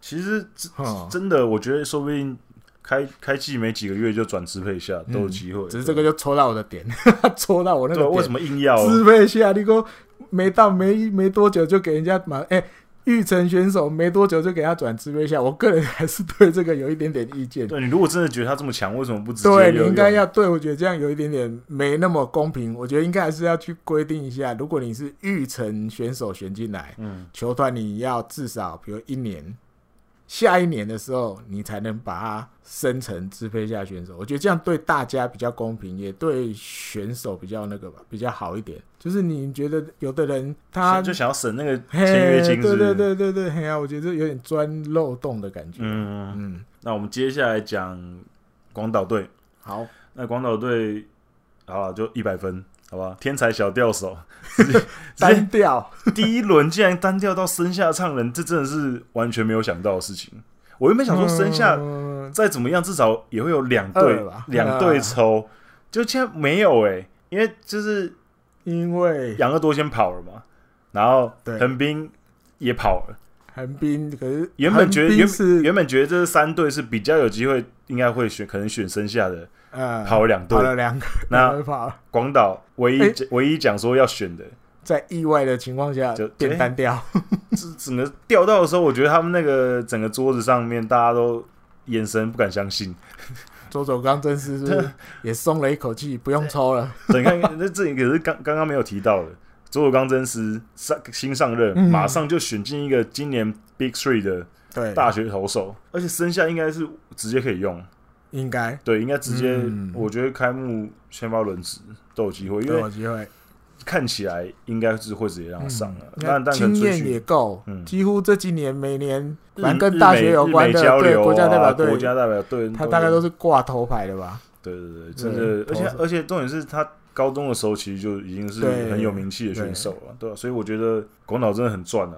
其实这
哈、
真的，我觉得说不定开开季没几个月就转支配下
嗯
都有机会，
只是这
对
个就戳到我的点， <laughs> 他戳到我那个
对啊，
点
为。什么硬要？
支配下，你讲没到没没多久就给人家马哎、玉成选手没多久就给他转支配下，我个人还是对这个有一点点意见。
对你如果真的觉得他这么强，为什么不直接
对
就
你应该
用
要对我觉得这样有一点点没那么公平，我觉得应该还是要去规定一下，如果你是玉成选手选进来，
嗯
球团你要至少比如一年。下一年的时候，你才能把他升成支配下选手。我觉得这样对大家比较公平，也对选手比较那个吧，比较好一点。就是你觉得有的人他
就想要省那个
啊嘿
签约金，
对
是不
对
是，
对对对，嘿啊，我觉得这有点钻漏洞的感觉。
嗯，
嗯，
那我们接下来讲广岛队，
好，
那广岛队好了，就一百分，好吧？天才小
<laughs>
吊手，直接
单调，
直接第一轮竟然单调到生下唱人，这真的是完全没有想到的事情。我原本想说生下
嗯
再怎么样，至少也会有两
二
队
吧
两队抽，就现在没有哎、因为就是
因为
杨乐多先跑了嘛，然后
对
横滨也跑了。
横滨可是
原本觉得
横滨是
原本觉得这三队是比较有机会，应该会选可能选生下的，
呃
跑了两队
跑。了两个，
那
两个 <laughs> 跑了
广岛唯一、
哎
唯一讲说要选的，
在意外的情况下
就
变
哎
单调，
这整 <laughs> 个调到的时候，我觉得他们那个整个桌子上面大家都眼神不敢相信。
佐佐刚真是是也松了一口气，不用抽了。
等看，那这里可是刚刚刚没有提到的，佐佐冈真司上新上任，
嗯
马上就选进一个今年 Big Three 的
对，
大学投手，而且生下应该是直接可以用，
应该
对，应该直接，
嗯
我觉得开幕先发轮值都有机会，因
都
为
有机会。
看起来应该是会直接让他上了，
那
那
嗯
但可
经
能追
验也
去
够，
嗯
几乎这几年每年
日
反正跟
日
大
美
学有
日
关
美
的，
交
对
流
国家代表
啊
队，
国家代表队，
他大概都是挂头牌的吧？
对对对，真
对
的，而且
投
而且重点是他高中的时候其实就已经是
对
很有名气的选手了，对啊吧、所以我觉得广岛真的很赚啊。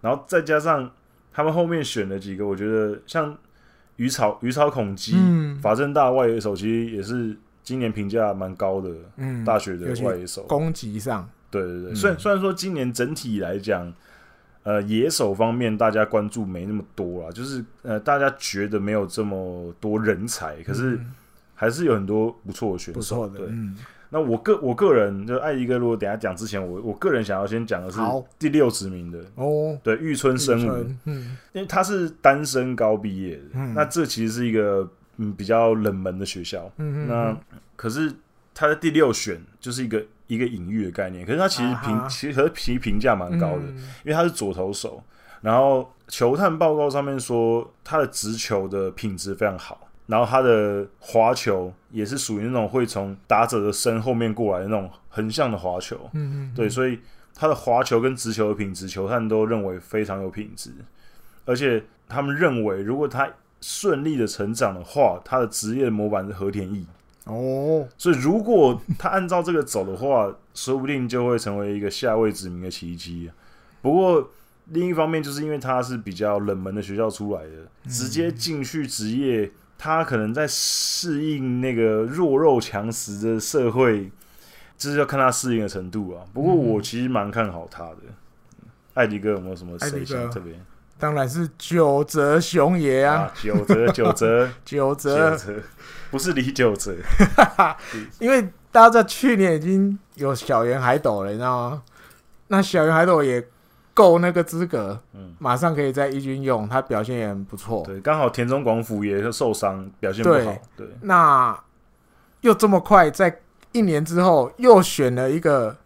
然后再加上他们后面选了几个，我觉得像鱼草鱼草孔基、
嗯
法政大外野手，其实也是今年评价蛮高的
嗯，
大学的
尤其
外野手。
攻击上，
对对对，
嗯
虽然虽然说今年整体来讲，呃，野手方面大家关注没那么多啦，就是呃，大家觉得没有这么多人才，可是。
嗯
还是有很多不错的选
不
手。
错的，
对，
嗯，
那我个我个人就艾迪哥，如果等一下讲之前，我我个人想要先讲的是
好
第六十名的，
哦，
对，玉村生
玉
武，
村嗯
因为他是单身高毕业的，
嗯
那这其实是一个嗯比较冷门的学校。
嗯嗯，
那
嗯
可是他的第六选就是一个一个隐喻的概念，可是他其实评、
啊哈
其实可是其实评价蛮高的，
嗯
因为他是左投手，然后球探报告上面说他的直球的品质非常好，然后他的滑球也是属于那种会从打者的身后面过来的那种横向的滑球，
嗯嗯，
对，所以他的滑球跟直球的品质，球探都认为非常有品质，而且他们认为如果他顺利的成长的话，他的职业模板是和田义。
哦，
所以，如果他按照这个走的话，说不定就会成为一个下位指名的奇迹。啊不过，另一方面，就是因为他是比较冷门的学校出来的，
嗯
直接进去职业，他可能在适应那个弱肉强食的社会，就是要看他适应的程度啊。不过，我其实蛮看好他的。艾迪哥有没有什么
艾迪
谁
哥
想特别
当然是九泽雄也啊，
啊？九
<laughs>
折，九折，
九
九
泽，
折，不是李九折，
因为大家在去年已经有小圆海斗了，你知道吗？那小圆海斗也够那个资格，
嗯
马上可以在一军用，他表现也很不错。
对，刚好田中广辅也是受伤，表现不
对
好。对，
那又这么快，在一年之后又选了一个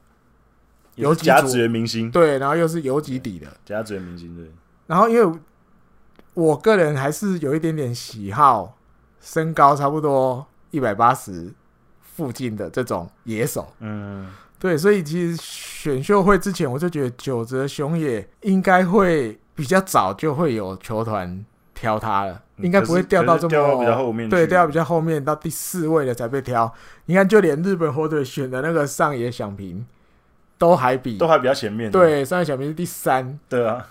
也是
几
甲
组
子园明星，
对，然后又是游击底的，
甲子园明星对，
然后因为我个人还是有一点点喜好，身高差不多一百八十附近的这种野手，
嗯，
对，所以其实选秀会之前我就觉得九泽雄也应该会比较早就会有球团挑他了，应该不会掉到这么
嗯可是掉到比较后面去，
对，掉到比较后面到第四位了才被挑。你看，就连日本火腿选的那个上野响平，都还比
都还比较前面。啊
对上野响平是第三，
对啊，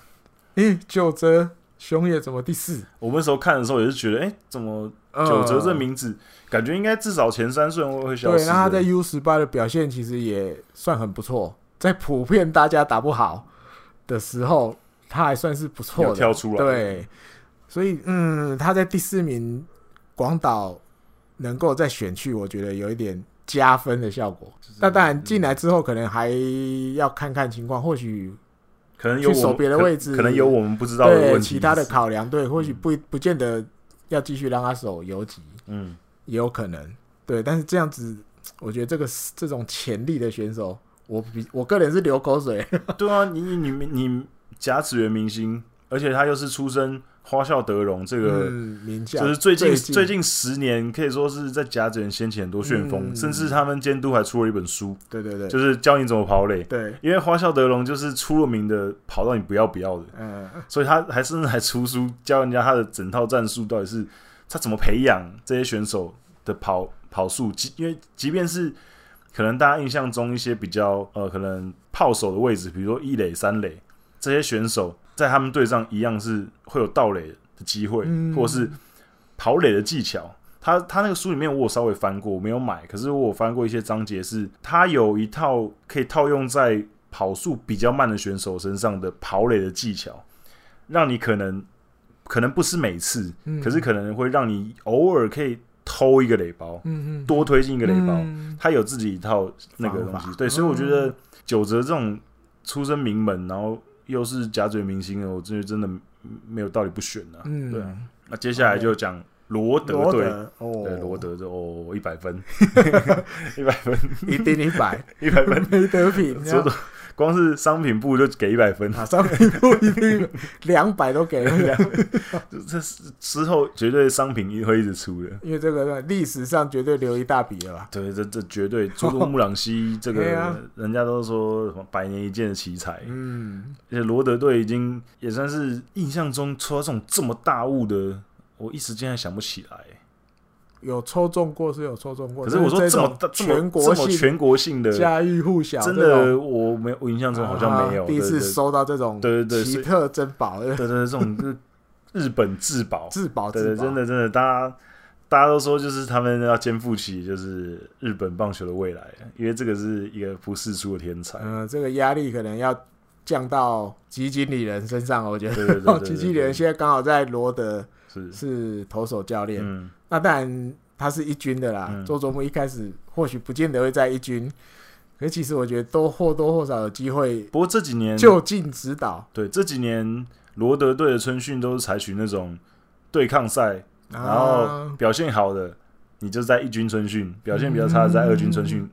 咦，九泽熊野怎么第四？
我们那时候看的时候也是觉得，哎，怎么
呃
九泽这名字感觉应该至少前三顺位会消
对，
失
那他在
的。
U 十八的表现其实也算很不错，在普遍大家打不好的时候，他还算是不错
有
的，
跳出来，，
对，所以嗯，他在第四名，广岛能够再选去，我觉得有一点加分的效果。那当然进来之后，可能还要看看情况，或许
可能有我
去守
们
别的
可
位置
可能有我们不知道的
对
问题。
其他的，考量，对，或许不不见得要继续让他守游击，
嗯，
也有可能。对，但是这样子，我觉得这个这种潜力的选手，我比我个人是流口水。
对啊，你你你你甲子园明星，而且他又是出身花校德荣这个
<laughs> 嗯，名将
就是最近
最近
最近十年，可以说是在甲子园掀起很多旋风，
嗯
甚至他们监督还出了一本书，
对对对，
就是教你怎么跑垒。
对，
因为花孝德龙就是出了名的跑到你不要不要的，
嗯、
<laughs> 所以他还甚至还出书教人家他的整套战术到底是他怎么培养这些选手的跑跑速，即因为即便是可能大家印象中一些比较呃可能炮手的位置，比如说一垒、三垒这些选手，在他们队上一样是会有盗垒的机会，
嗯
或者是跑垒的技巧。他他那个书里面我有稍微翻过，我没有买，可是我有翻过一些章节是，他有一套可以套用在跑速比较慢的选手身上的跑垒的技巧，让你可能可能不是每次，
嗯
可是可能会让你偶尔可以偷一个垒包，
嗯嗯，
多推进一个垒包。
嗯
他有自己一套那个东
方法
西，对，所以我觉得
嗯
九泽这种出身名门，然后又是假嘴明星的，我真的真的没有道理不选啊。
嗯，
对啊那接下来就讲罗啊德
罗
队，
德哦，
对罗德就哦一 <laughs> 百分，一百分，
<laughs> 一定一百，
一百分，
没得品，
<laughs> 罗德光是商品部就给一百分，
啊，商品部一定两百都给
<laughs>
了，
这是之后绝对商品一会一直出的。
因为这个历史上绝对留一大笔了吧？
对，这这绝对，佐佐木
<laughs>
朗希这
对啊
个，人家都说什么百年一见的奇才，
嗯，
而且罗德队已经也算是印象中抽到这种这么大物的，我一时间还想不起来。
有抽中过是有抽中过，
可是我说
但
这
是
么
种
大、这
全
么
国
这么
性、
全国性的，
家喻户晓，
真
这种
的我没有，我印象中好像没有。
啊第一
对
次
对
收到这种
对对对所
奇
以
特珍宝，
对对对，这
<laughs>
种就是日本至宝，
自保
对
自
对，
保，
真的真的，大家大家都说就是他们要肩负起就是日本棒球的未来，因为这个是一个不世出的天才。
嗯，这个压力可能要降到基经理人身上，我觉得。
对对对对
<laughs> 基
对
经
对
理人现在刚好在罗德
是
是投手教练，
嗯，
那当然他是一军的啦。
嗯
周卓木一开始或许不见得会在一军，可是其实我觉得都或多或少有机会
不过这几年
就近指导
对这几年罗德队的春训都是采取那种对抗赛，然后
啊
表现好的你就在一军春训，表现比较差的在二军春
嗯
训，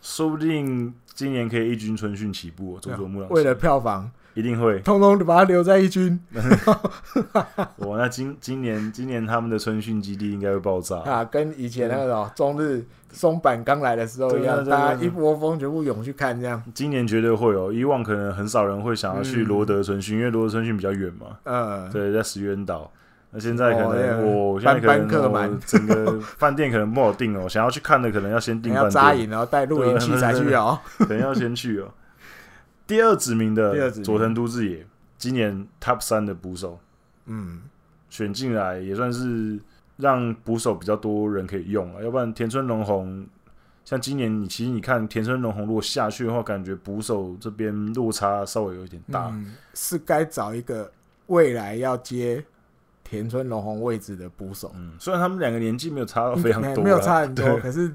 说不定今年可以一军春训起步、哦，佐佐木朗
啊
希
为了票房，
一定
<laughs>
会。
通通把他留在一军
哇，那今今年今年他们的春训基地应该会爆炸。
啊，跟以前那种中日松坂刚来的时候一样，
对对对
大家
对对
一窝蜂全部涌去看这样。
今年绝对会有，以往可能很少人会想要去
嗯
罗德春训，因为罗德春训比较远嘛，
呃，
对，在石原岛。那现在可
哦那
能
个
我现在可
班班客
能我
满
整个饭店可能不好订哦，想要去看的可能要先
你
订
要
饭
扎
店，
营，然后带露营器材去哦。
可能要先去哦。第二指名
第二
的
指名
佐藤都志也，今年 Top 三的捕手
嗯，
选进来，也算是让捕手比较多人可以用啊了。要不然田村龙宏，像今年你其实你看田村龙宏如果下去的话，感觉捕手这边落差稍微有一点大。
嗯、是该找一个未来要接田村龙宏位置的捕手，
嗯，虽然他们两个年纪没有差到 <laughs> 非常多啦，
嗯没有差很多，
对
可是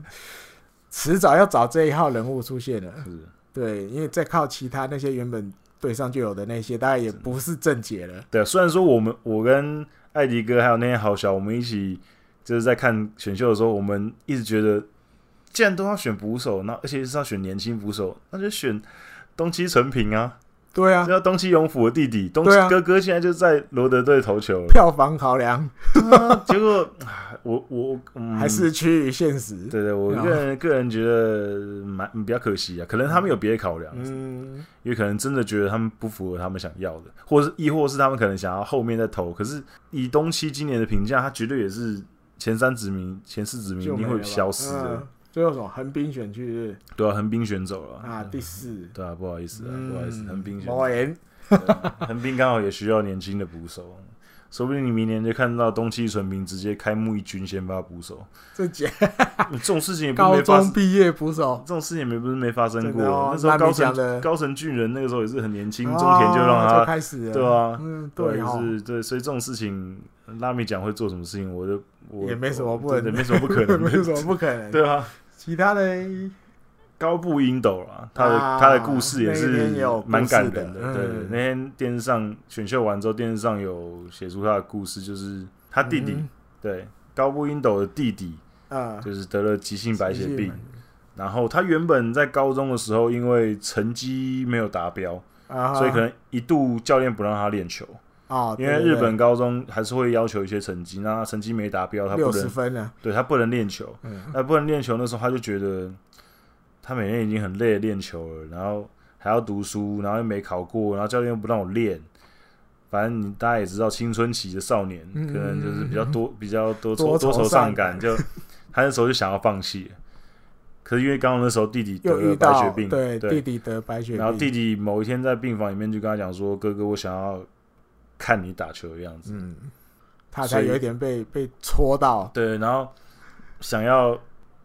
迟早要找这一号人物出现的。
是，
对，因为再靠其他那些原本队上就有的那些，大概也不是正解了。
对啊。虽然说我们我跟艾迪哥还有那些好小，我们一起就是在看选秀的时候，我们一直觉得，既然都要选捕手，那而且是要选年轻捕手，那就选东七成平啊，
对啊
这，叫东七勇辅的弟弟，东
对啊
七哥哥现在就在罗德队投球了。 <laughs>
票房考量
啊结果啊我我、嗯、
还是趋于现实。
对对，我个人个人觉得蛮比较可惜啊，可能他们有别的考量，
嗯，
也可能真的觉得他们不符合他们想要的，或是亦或是他们可能想要后面再投。可是以东契今年的评价，他绝对也是前三指名、前四指名
就
一
没
定
了吧
嗯会消失的，
嗯最后什么横滨选区是
对啊，横滨选走了
不是啊，第四，
对啊，不好意思啊，
嗯
不好意思，横滨选走
莫言
<laughs> 横滨刚好也需要年轻的捕手，说不定你明年就看到东契纯平直接开幕一军先发捕手，
这届
这种事情也不是
高
<laughs> 没发生
中。毕业捕手，
这种事情也没不是没发生
真
过，
的哦
那时候
那你
高
讲的
城高城巨人那个时候也是很年轻，中田就让
哦
他
就开始了，
对啊
嗯，
对，
对
就
哦，
是对，所以这种事情，拉米讲会做什么事情，我都我
也没什么不
对
能
没什么
<laughs>
不可能
没有什
的，
么不可能。
对啊，
其他的
高布英斗啦，他的、
啊
他的故事也
那一天
是
有故事的
蛮感人的，
嗯
对，那天电视上选秀完之后，电视上有写出他的故事，就是他弟弟，
嗯
对，高布英斗的弟弟，
啊，
就是得了急性白血
谢谢
病，然后他原本在高中的时候，因为成绩没有达标，
啊哈，
所以可能一度教练不让他练球。
哦，
因为日本高中还是会要求一些成绩，那他成绩没达标，他不
六十
能
分了，
对他不能练球，
嗯，
那不能练球那时候他就觉得他每天已经很累地练球了，然后还要读书，然后又没考过，然后教练又不让我练，反正你大家也知道，青春期的少年
嗯
可能就是比较多比较多
多
愁
愁
多愁善
善
感，
感 <laughs>
就他那时候就想要放弃了，可是因为刚好那时候弟弟得
又
了
遇
白血
到
病，
对嗯
对
弟弟得白血病，
然后弟弟某一天在病房里面就跟他讲说：“哥哥，我想要看你打球的样子。
嗯，他
所
才
以
有一点被被戳到，
对，然后想要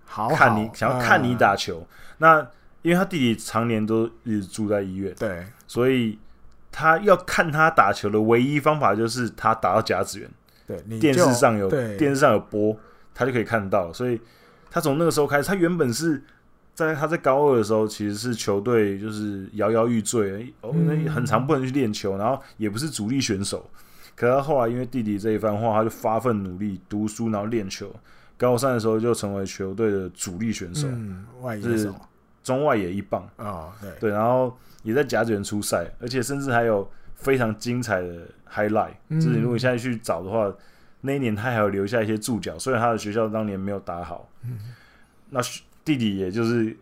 好好
看你，想要看你，
嗯
打球。那因为他弟弟常年都一直住在医院，
对，
所以他要看他打球的唯一方法就是他打到甲子园，
对，你
电视
就
上有
对
电视上有播，他就可以看到。所以他从那个时候开始，他原本是。在他在高二的时候，其实是球队就是摇摇欲坠，哦，
嗯
那很长不能去练球，然后也不是主力选手。可是他后来因为弟弟这一番话，他就发奋努力读书，然后练球。高三的时候就成为球队的主力选手，
嗯，外野
是
手，
中外野一棒，
哦，对，
对，然后也在甲子园出赛，而且甚至还有非常精彩的 highlight，、
嗯
就是如果你现在去找的话，那一年他还有留下一些注脚，虽然他的学校当年没有打好，
嗯
那学弟弟也就是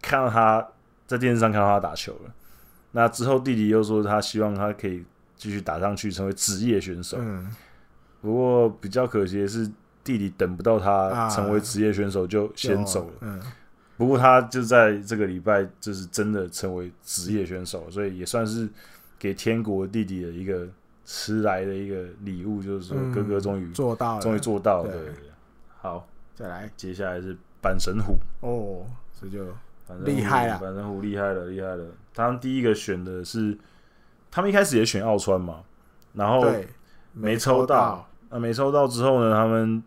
看到他在电视上看到他打球了，那之后弟弟又说他希望他可以继续打上去成为职业选手，
嗯，
不过比较可惜的是。弟弟等不到他
啊
成为职业选手就先走了，
嗯，
不过他就在这个礼拜，就是真的成为职业选手，所以也算是给天国弟弟的一个迟来的一个礼物，就是说
嗯
哥哥终于、
做到了，
终于做到了。
对
对好，
再来
接下来是板神虎，
哦，这就
板神虎
厉害啊
板神虎厉害了，厉害了。他们第一个选的是，他们一开始也选奥川嘛，然后
对，
没抽到，那没抽到之后呢，他们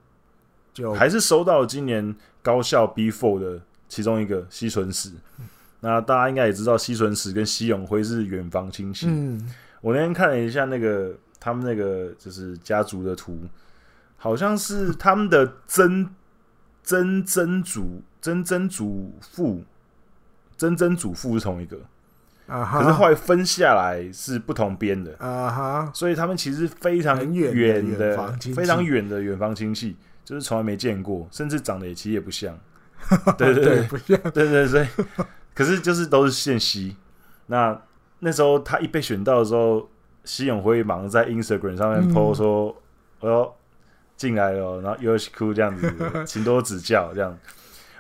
就
还是收到了今年高校 B Four 的其中一个西纯史。
嗯
那大家应该也知道，西纯史跟西永辉是远房亲戚。
嗯，
我那天看了一下那个他们那个就是家族的图，好像是他们的曾曾曾祖曾曾祖父曾曾祖父是同一个，
啊哈，
可是后来分下来是不同边的。
啊哈，
所以他们其实非常
很远的
远
远房亲戚
非常远的远房亲戚，就是从来没见过，甚至长得也其实也
<laughs>
不像。对对对
不像，
对对对，可是就是都是现西。那那时候他一被选到的时候，西永辉马上在 Instagram 上面
嗯
po 说：“我要进来了哦，然后 y o s h i 这样子，请多指教。”这样，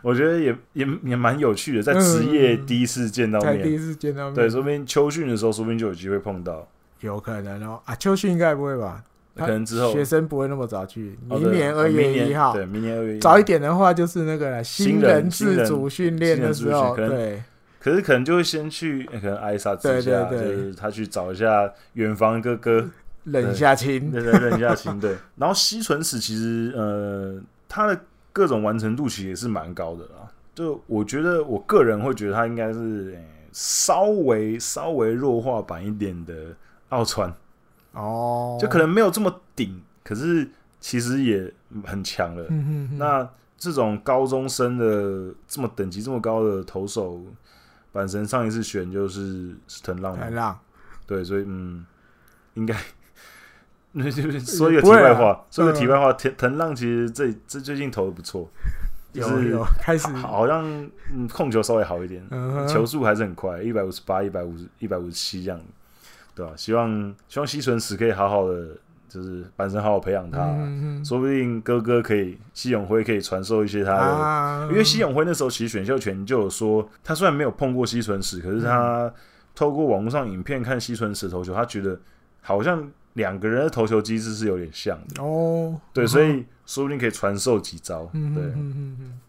我觉得也也也蛮有趣的，在职业
嗯
第一次见到
才第一
面，
次见到面，
对，说不定秋训的时候，说不定就有机会碰到。
有可能哦，啊，秋训应该不会吧？
可能之后
学生不会那么早去，
哦
明年
对
二
明
月一号，
对，明年二月1
早一。点的话就是那个了
新人
新自主训练的时候，
新人自主训
对，
可是可能就会先去，呃可能艾莎之
对
家，
对对
就是他去找一下远房
<laughs>
哥哥，
冷一下情，
认认认一下亲。对，然后西纯史其实呃，他的各种完成度其实也是蛮高的啦。就我觉得，我个人会觉得他应该是、呃稍微稍微弱化版一点的奥川，
哦，
就可能没有这么顶，可是其实也很强了。
嗯，嗯嗯
那这种高中生的这么等级这么高的投手，阪神上一次选就是是藤浪
很
嘛，
浪，
对，所以嗯，应该。 <laughs> 那就是说一个
不
题
会啊
外话，说一
嗯
个题外话，藤藤浪其实这这最近投的不错，就
有
是
有开始，
好像嗯控球稍微好一点，
嗯哼
球速还是很快，一百五十八、一百五十、一百五十七这样，对吧、希望希望西纯史可以好好的，就是阪神好好培养他，
嗯嗯嗯
说不定哥哥可以西永辉可以传授一些他的
啊
因为西永辉那时候其实选秀权就有说，他虽然没有碰过西纯史，可是
嗯
他透过网络上影片看西纯史投球，他觉得好像两个人的投球机制是有点像的，
哦，
对，所以说不定可以传授几招。
嗯
对
嗯，嗯嗯嗯，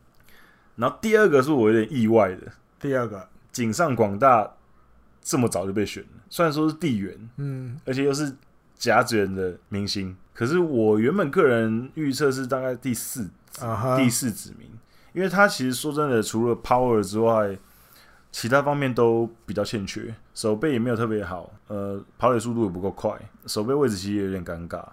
然后第二个是我有点意外的，
第二个，
井上广大这么早就被选了，虽然说是地缘，
嗯，
而且又是甲子园的明星，可是我原本个人预测是大概第四
啊哈，
第四指名，因为他其实说真的，除了 power 之外，其他方面都比较欠缺，手背也没有特别好，呃，跑垒速度也不够快，手背位置其实也有点尴尬，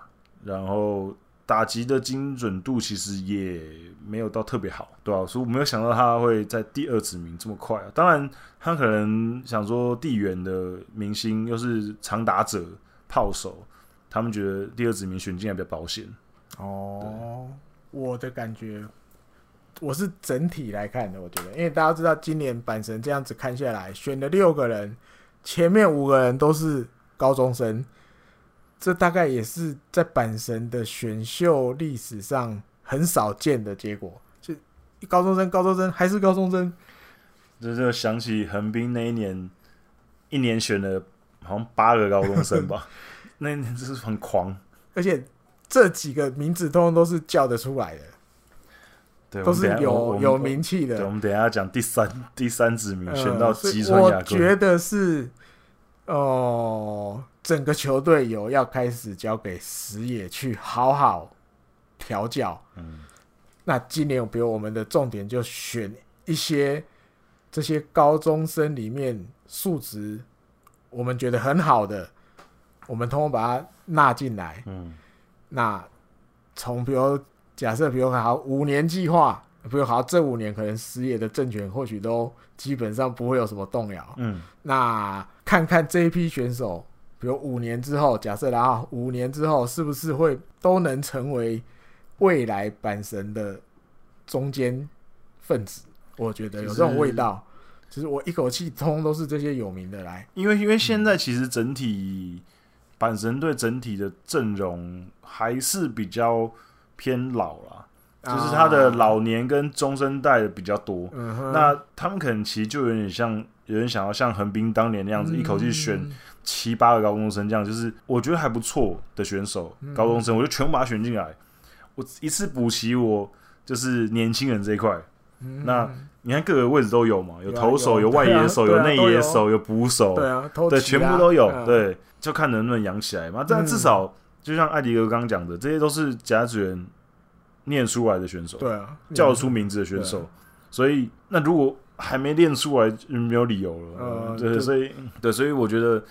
然后打击的精准度其实也没有到特别好，对吧、啊所以我没有想到他会在第二指名这么快、啊，当然他可能想说地缘的明星又是长打者、炮手。他们觉得第二指名选进来比较保险，
哦，我的感觉，我是整体来看的，我觉得，因为大家知道今年阪神这样子看下来，选了六个人，前面五个人都是高中生，这大概也是在阪神的选秀历史上很少见的结果，就高中生，高中生还是高中生，
这就想起横滨那一年，一年选了好像八个高中
<laughs>
生吧，那一年真是很狂，
而且这几个名字通通都是叫得出来的，
对，
都
我们
是
等一下我
有
们
有名气的
对，我。们等一下讲第三第三指名选到
嗯所以
吉川
我
雅圭，
觉得是哦、整个球队有要开始交给石野去好好调教。
嗯，
那今年，比如我们的重点就选一些这些高中生里面数值我们觉得很好的，我们通通把它纳进来。
嗯，
那从比如假设，比如好五年计划，不用好，这五年可能石野的政权或许都基本上不会有什么动摇。
嗯，
那看看这一批选手，比如五年之后，假设啦啊，五年之后是不是会都能成为未来阪神的中间分子？我觉得有这种味道，就是我一口气通都是这些有名的来。
因为因为现
嗯
在其实整体阪神队整体的阵容还是比较偏老啦，就是他的
啊，
老年跟中生代的比较多。
嗯哼
那他们可能其实就有点像，有点想要像横滨当年那样子，一口气选
嗯
七八个高中生这样，就是我觉得还不错的选手，
嗯
高中生我就全部把他选进来，我一次补齐我就是年轻人这一块。那你看各个位置都有嘛，
嗯
有
有啊
投手，
有
有外野手，
对
有
啊
内
对啊都
野
有
手，有捕手，
对啊，偷
对，
袭
全
啊
部都有，，
嗯
对，就看能不能养起来嘛。但
嗯
至少就像艾迪哥刚刚讲的，这些都是甲子园念出来的选手，
对啊，
叫得出名字的选手，所以那如果还没练出来，就没有理由了。
呃
对，
对
所以对，所以我觉得，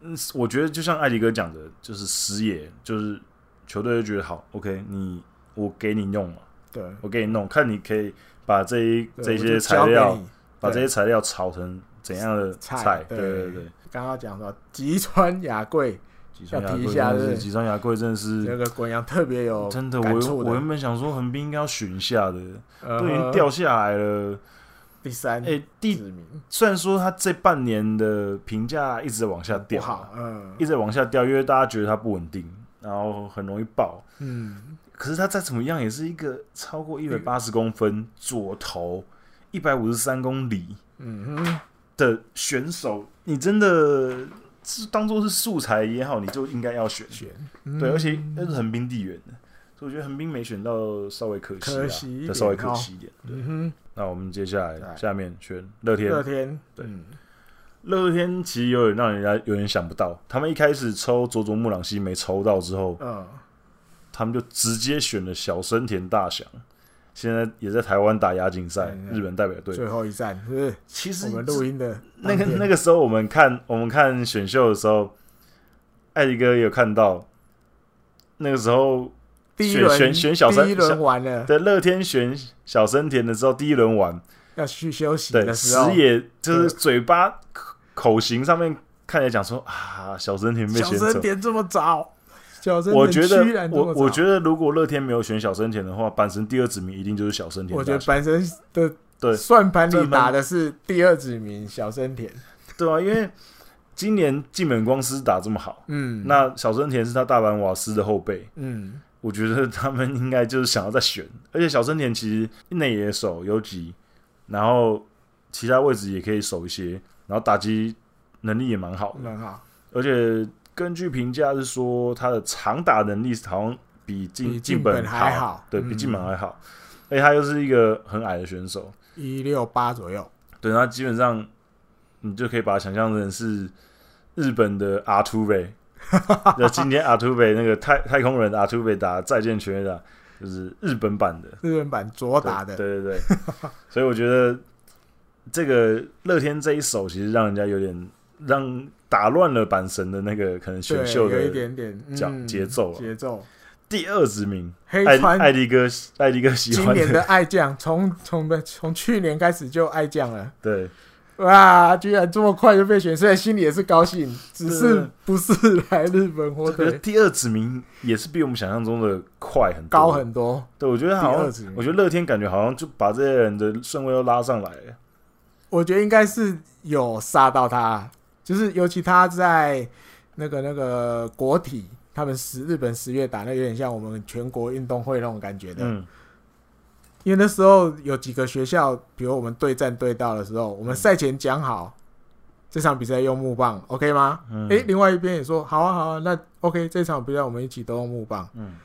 嗯，我觉得就像艾迪哥讲的，就是师野，就是球队就觉得好，OK，你我给你用嘛，
对，
我给你弄，看你可以把这一
对
这
我就
些
交
材
给
料，
你
把这
对
些材料炒成怎样的
菜
菜？对
对
对对。
刚刚讲到吉川雅贵
吉川
要
牙
提一
贵
下
真的
是
是，
不是
吉川牙贵真的
那
是
个滚阳特别有
真的，我
感触
我
的
原，本想说横滨应该要选一下的，
呃
都已经掉下来了。
第三
哎，
第
第
四名
虽然说他这半年的评价一直在往下
不
掉，
好，嗯
一直在往下掉，因为大家觉得他不稳定，然后很容易爆。
嗯，
可是他再怎么样也是一个超过一百八十公分左投，一百五十三公里
嗯哼，
的选手，你真的是当做是素材也好，你就应该要选。
嗯
对，而且那是横滨地缘的，所以我觉得横滨没选到稍微可惜啊，
可惜一点
对稍微可惜一点。对，
嗯
那我们接下来
对
下面选乐
哼，
天，
乐天，
对
嗯，
乐天其实有点让人家有点想不到，他们一开始抽佐佐木朗希没抽到之后，
嗯，
他们就直接选了小森田大翔，现在也在台湾打亚锦赛
嗯，嗯
日本代表队。
最后一站是不是
其实
我们录音的
那个
当天
那个时候我们看我们看选秀的时候，艾迪哥有看到，那个时候
第一
选
轮
选选小三
第一轮完了
对，乐天选小森田的时候，第一轮完，
要去休息
对，
的时候
石，野就是
对
嘴巴口口型上面看起来讲说啊，小森田被
小
选走
声。点这么早，小声
我觉
居
得
然，这
我
么早，
我觉得如果乐天没有选小森田的话，阪神第二指名一定就是小森田
我
大
觉
学。
得本身的
对
算盘
算
里
盘
打的是第二指名小森田，
对啊，因为今年进本光司打这么好，
嗯，
那小森田是他大阪瓦斯的后辈，
嗯
我觉得他们应该就是想要再选。而且小森田其实内野手游击，然后其他位置也可以守一些，然后打击能力也蛮好的。
很好，
而且根据评价是说他的长打能力好像比
比
进
进
进
本
本
还好
对
嗯
比进本还好。而且他又是一个很矮的选手，
一六八左右，
对，他基本上你就可以把他想象成是日本的阿图
<laughs>
贝。那今天阿图贝那个太太空人阿图贝打再见全垒打，就是日本版的
日本版左打的，
对对对对，所以我觉得这个乐天这一手其实让人家有点让打乱了阪神的那个可
对
能选秀
有一
的
点点
脚
嗯
节奏啊
节奏。
第二指名，
黑
艾艾
川
迪哥艾迪哥喜
今
欢
年的爱将，从从不从去年开始就爱将了，
对，
哇，居然这么快就被选，虽然心里也是高兴，只是不是来日本火
可是
腿
第二指名也是比我们想象中的快很多
高。很多。
对，我觉得
第
好
二指
像
名，
我觉得乐天感觉好像就把这些人的顺位都拉上来了。
我觉得应该是有杀到他，就是尤其他在那个那个国体，他们十日本十月打，那有点像我们全国运动会那种感觉的。
嗯，
因为那时候有几个学校，比如我们对战对到的时候，我们赛前讲好这场比赛用木棒，OK 吗？诶、
嗯
另外一边也说好啊好啊，那 OK 这场比赛我们一起都用木棒。
嗯，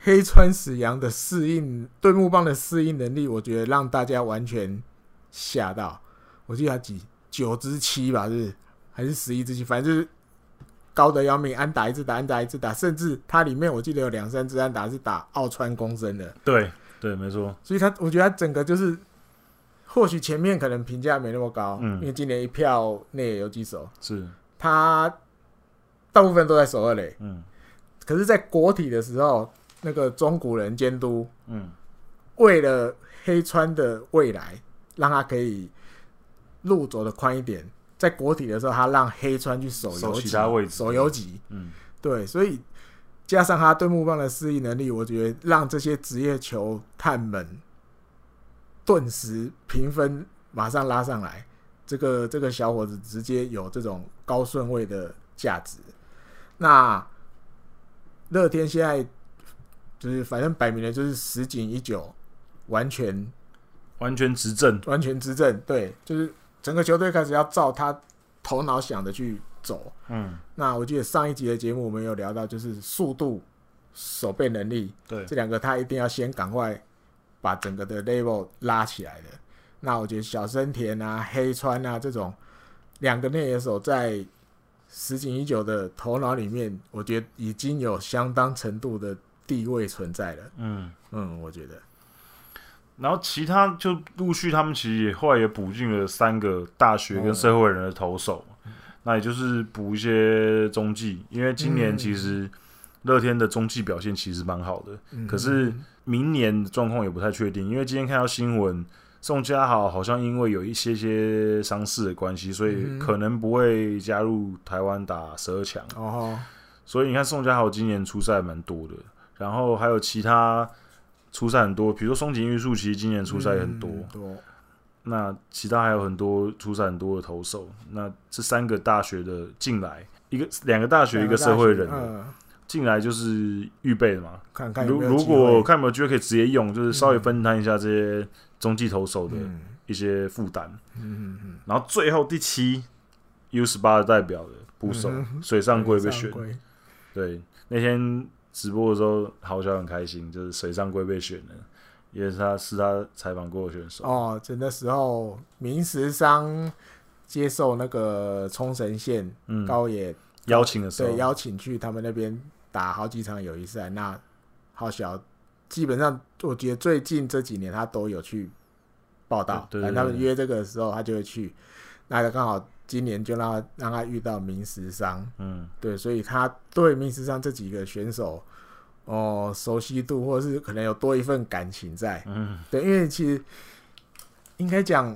黑川史阳的适应对木棒的适应能力，我觉得让大家完全吓到。我记得他几九之七吧，是不是还是十一之七，反正就是高的要命，安打一直打，安打一直打，甚至它里面我记得有两三支安打是打奥川公升的。
对对，没错，
所以他我觉得他整个就是，或许前面可能评价没那么高，
嗯
因为今年一票内野游击手，
是
他大部分都在首二垒，
嗯
可是，在国体的时候，那个中古人监督
嗯
为了黑川的未来，让他可以路走的宽一点。在国体的时候，他让黑川去守
守
游
其他位
击，
置
守游击，
嗯，
对，所以加上他对木棒的适应能力，我觉得让这些职业球探们顿时评分马上拉上来。这个这个小伙子直接有这种高顺位的价值。那乐天现在就是反正摆明了就是实景已久，完全
完全执政，
完全执政，对，就是整个球队开始要照他头脑想的去走。
嗯，
那我记得上一集的节目我们有聊到，就是速度、守备能力
对，
这两个，他一定要先赶快把整个的 level 拉起来的。那我觉得小森田啊、黑川啊这种两个内野手在石井已久的头脑里面，我觉得已经有相当程度的地位存在了。
嗯，
嗯，我觉得
然后其他就陆续他们其实也后来也补进了三个大学跟社会人的投手，
嗯
那也就是补一些中继，因为今年
嗯
其实乐天的中继表现其实蛮好的，
嗯
可是明年的状况也不太确定，因为今天看到新闻，宋佳豪好像因为有一些些伤势的关系，所以
嗯
可能不会加入台湾打十二强。啊
哦
所以你看宋佳豪今年出赛蛮多的，然后还有其他出赛很多，比如说松井玉树，其实今年
吼，
出赛也很多。
嗯多，
那其他还有很多出赛很多的投手，那这三个大学的进来，一个两个大学一个社会人的
嗯，
进来就是预备的嘛，
看看有
如
没有
如
机
果
会
看有没有机会可以直接用，就是稍微
嗯
分摊一下这些中继投手的
嗯
一些负担。
嗯嗯嗯，
然后最后第七 U 十八的代表的捕手、
嗯哼
水上龟被选
上。龟
对，那天直播的时候，好像很开心，就是水上龟被选了，因为他是他采访过的选手。
哦，就那时候明石商接受那个冲绳县
嗯，
高野
邀请的时候
对，邀请去他们那边打好几场友谊赛，那好小基本上我觉得最近这几年他都有去报道，
对对对
反正他们
对
约这个的时候他就会去，那他刚好今年就让他让他遇到明石商，
嗯，
对，所以他对明石商这几个选手。哦，熟悉度或者是可能有多一份感情在，
嗯，
对，因为其实应该讲，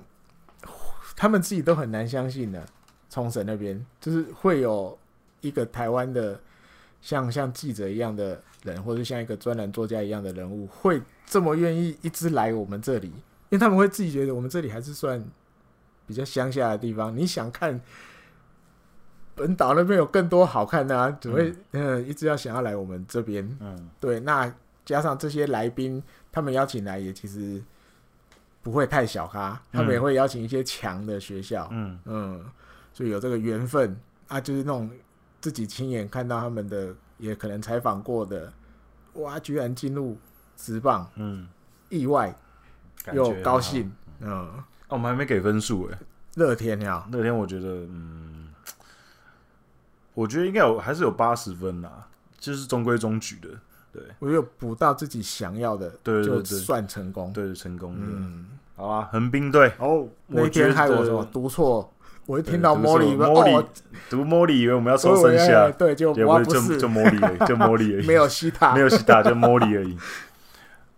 他们自己都很难相信的。冲绳那边就是会有一个台湾的像像记者一样的人，或者像一个专栏作家一样的人物，会这么愿意一直来我们这里，因为他们会自己觉得我们这里还是算比较乡下的地方。你想看本岛那边有更多好看的、啊，只会嗯、呃一直要想要来我们这边。
嗯，
对，那加上这些来宾，他们邀请来也其实不会太小咖，他们也会邀请一些强的学校，
嗯，
嗯所以有这个缘分啊，就是那种自己亲眼看到他们的，也可能采访过的，哇，居然进入职棒，
嗯，
意外
感觉
又
很
高
好。
兴，嗯，
哦，我们还没给分数哎。
乐天啊呀，
那天我觉得，嗯，我觉得应该有还是有八十分啦，就是中规中矩的，
我有补到自己想要的，
对对
就
对
算成功，
对，成功的。
嗯，
好啊，横滨队，
哦，那
我觉
天
得
害我什么读错，我一
对
<laughs> 听到
读
莫里，
错莫
哦
里读莫里，以为我们要
所
说
以我哎
剩下，
对，就
结
我
果
不
就是就莫里而已，就莫里而
<laughs>
已，
没有西塔，
没有西打，就莫里而已。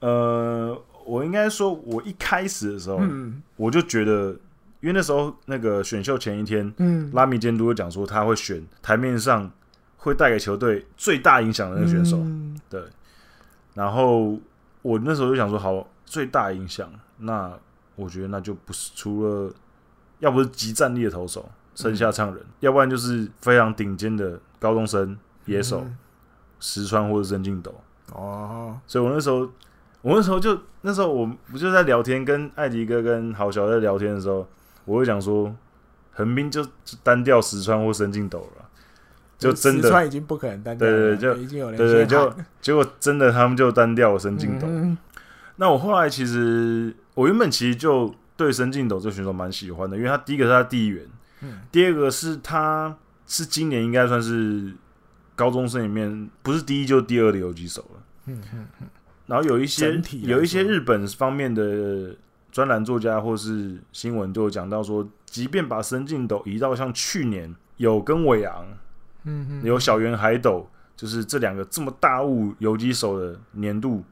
呃，我应该说，我一开始的时候，
嗯
我就觉得，因为那时候那个选秀前一天，
嗯，
拉米监督有讲说他会选台面上会带给球队最大影响的那个选手，
嗯
对。然后我那时候就想说，好，最大影响，那我觉得那就不是除了要不是极战力的投手，剩下唱人，要不然就是非常顶尖的高中生野手、
嗯
石川或者曾敬斗。
哦，
所以我那时候，我那时候就那时候我不就在聊天，跟艾迪哥跟郝小在聊天的时候，我会讲说，横滨就就单调石川或申进斗了，就真
石
的
川已经不可能单调
对
了，
对对就
已经有人
对对，
先
就
喊
结果真的他们就单调了申进斗。
嗯
那我后来其实我原本其实就对申进斗这个选手蛮喜欢的，因为他第一个是他地缘，
嗯
第二个是他是今年应该算是高中生里面不是第一就是第二的游击手了。
嗯嗯
然后有一些
整体来说
有一些日本方面的专栏作家或是新闻都有讲到说，即便把深进斗移到像去年有跟尾昂、
嗯嗯，
有小圆海斗，就是这两个这么大物游击手的年度，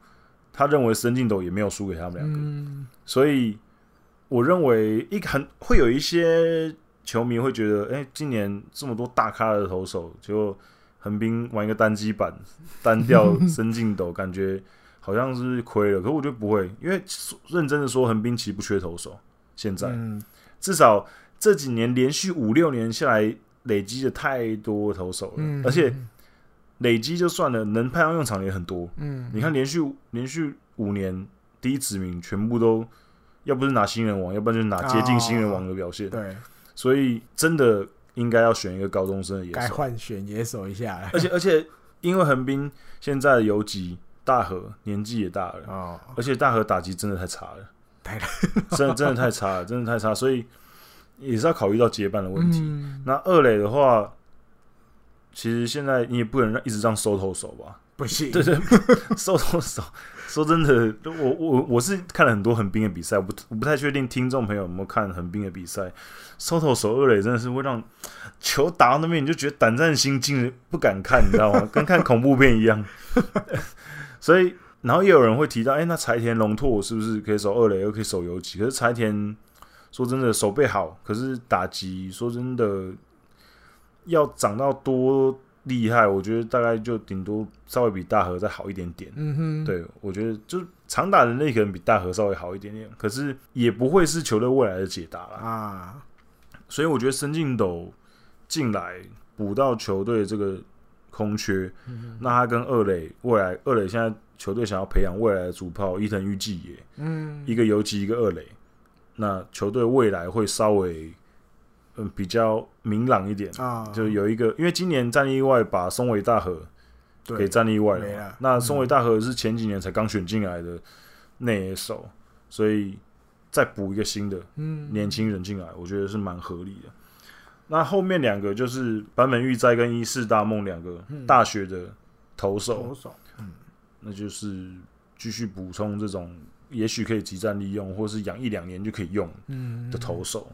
他认为申进斗也没有输给他们两个，
嗯，
所以我认为一个很会有一些球迷会觉得，哎、今年这么多大咖的投手，结果横滨玩一个单机版单调深进斗，感觉好像是亏了。可我觉得不会，因为说认真的说，横滨其实不缺投手，现在、
嗯
至少这几年连续五六年下来累积的太多投手了，
嗯，
而且累积就算了，能派上用场的也很多。
嗯，
你看连续连续五年第一指名全部都，要不是拿新人王，要不然就是拿接近新人王的表现。
对，
所以真的应该要选一个高中生的野
该
手，
换选野手一下了
而且而且因为横滨现在的游击大和年纪也大了，
哦，
而且大和打击真的太差了，
太
了， <laughs> 真的真的太差了，真的太差，所以也是要考虑到接班的问题。
嗯
那二垒的话，其实现在你也不能让一直让收投手吧， <laughs>
不行，
对对，收收手。 <laughs> 说真的，我我我是看了很多横滨的比赛，我不我不太确定听众朋友有没有看横滨的比赛。收头手二垒真的是会让 <sniffs> 球打到那边，你就觉得胆战心惊，不敢看，你知道吗？ <laughs> 跟看恐怖片一样。 <laughs> 所以，然后也有人会提到，哎、那柴田龙拓是不是可以守二垒，又可以守游击？可是柴田说真的手背好，可是打击说真的要长到多厉害，我觉得大概就顶多稍微比大河再好一点点。
嗯哼，，
对，我觉得就是长打的那可能比大河稍微好一点点，可是也不会是球队未来的解答啦。
啊，
所以我觉得申进斗进来补到球队这个空缺，
嗯
那他跟二垒未来二垒现在球队想要培养未来的主炮伊藤裕纪也，
嗯，
一个游击一个二垒，那球队未来会稍微嗯比较明朗一点。
啊，
就有一个，因为今年战力意外把松尾大河给
对，
战力外
没
了嘛
了。
那松尾大河是前几年才刚选进来的内野手，所以再补一个新的
嗯，
年轻人进来，我觉得是蛮合理的。那后面两个就是坂本裕哉跟伊势大梦两个
嗯
大学的投手
投，手，
那就是继续补充这种也许可以集战利用，或是养一两年就可以用
嗯
的投手。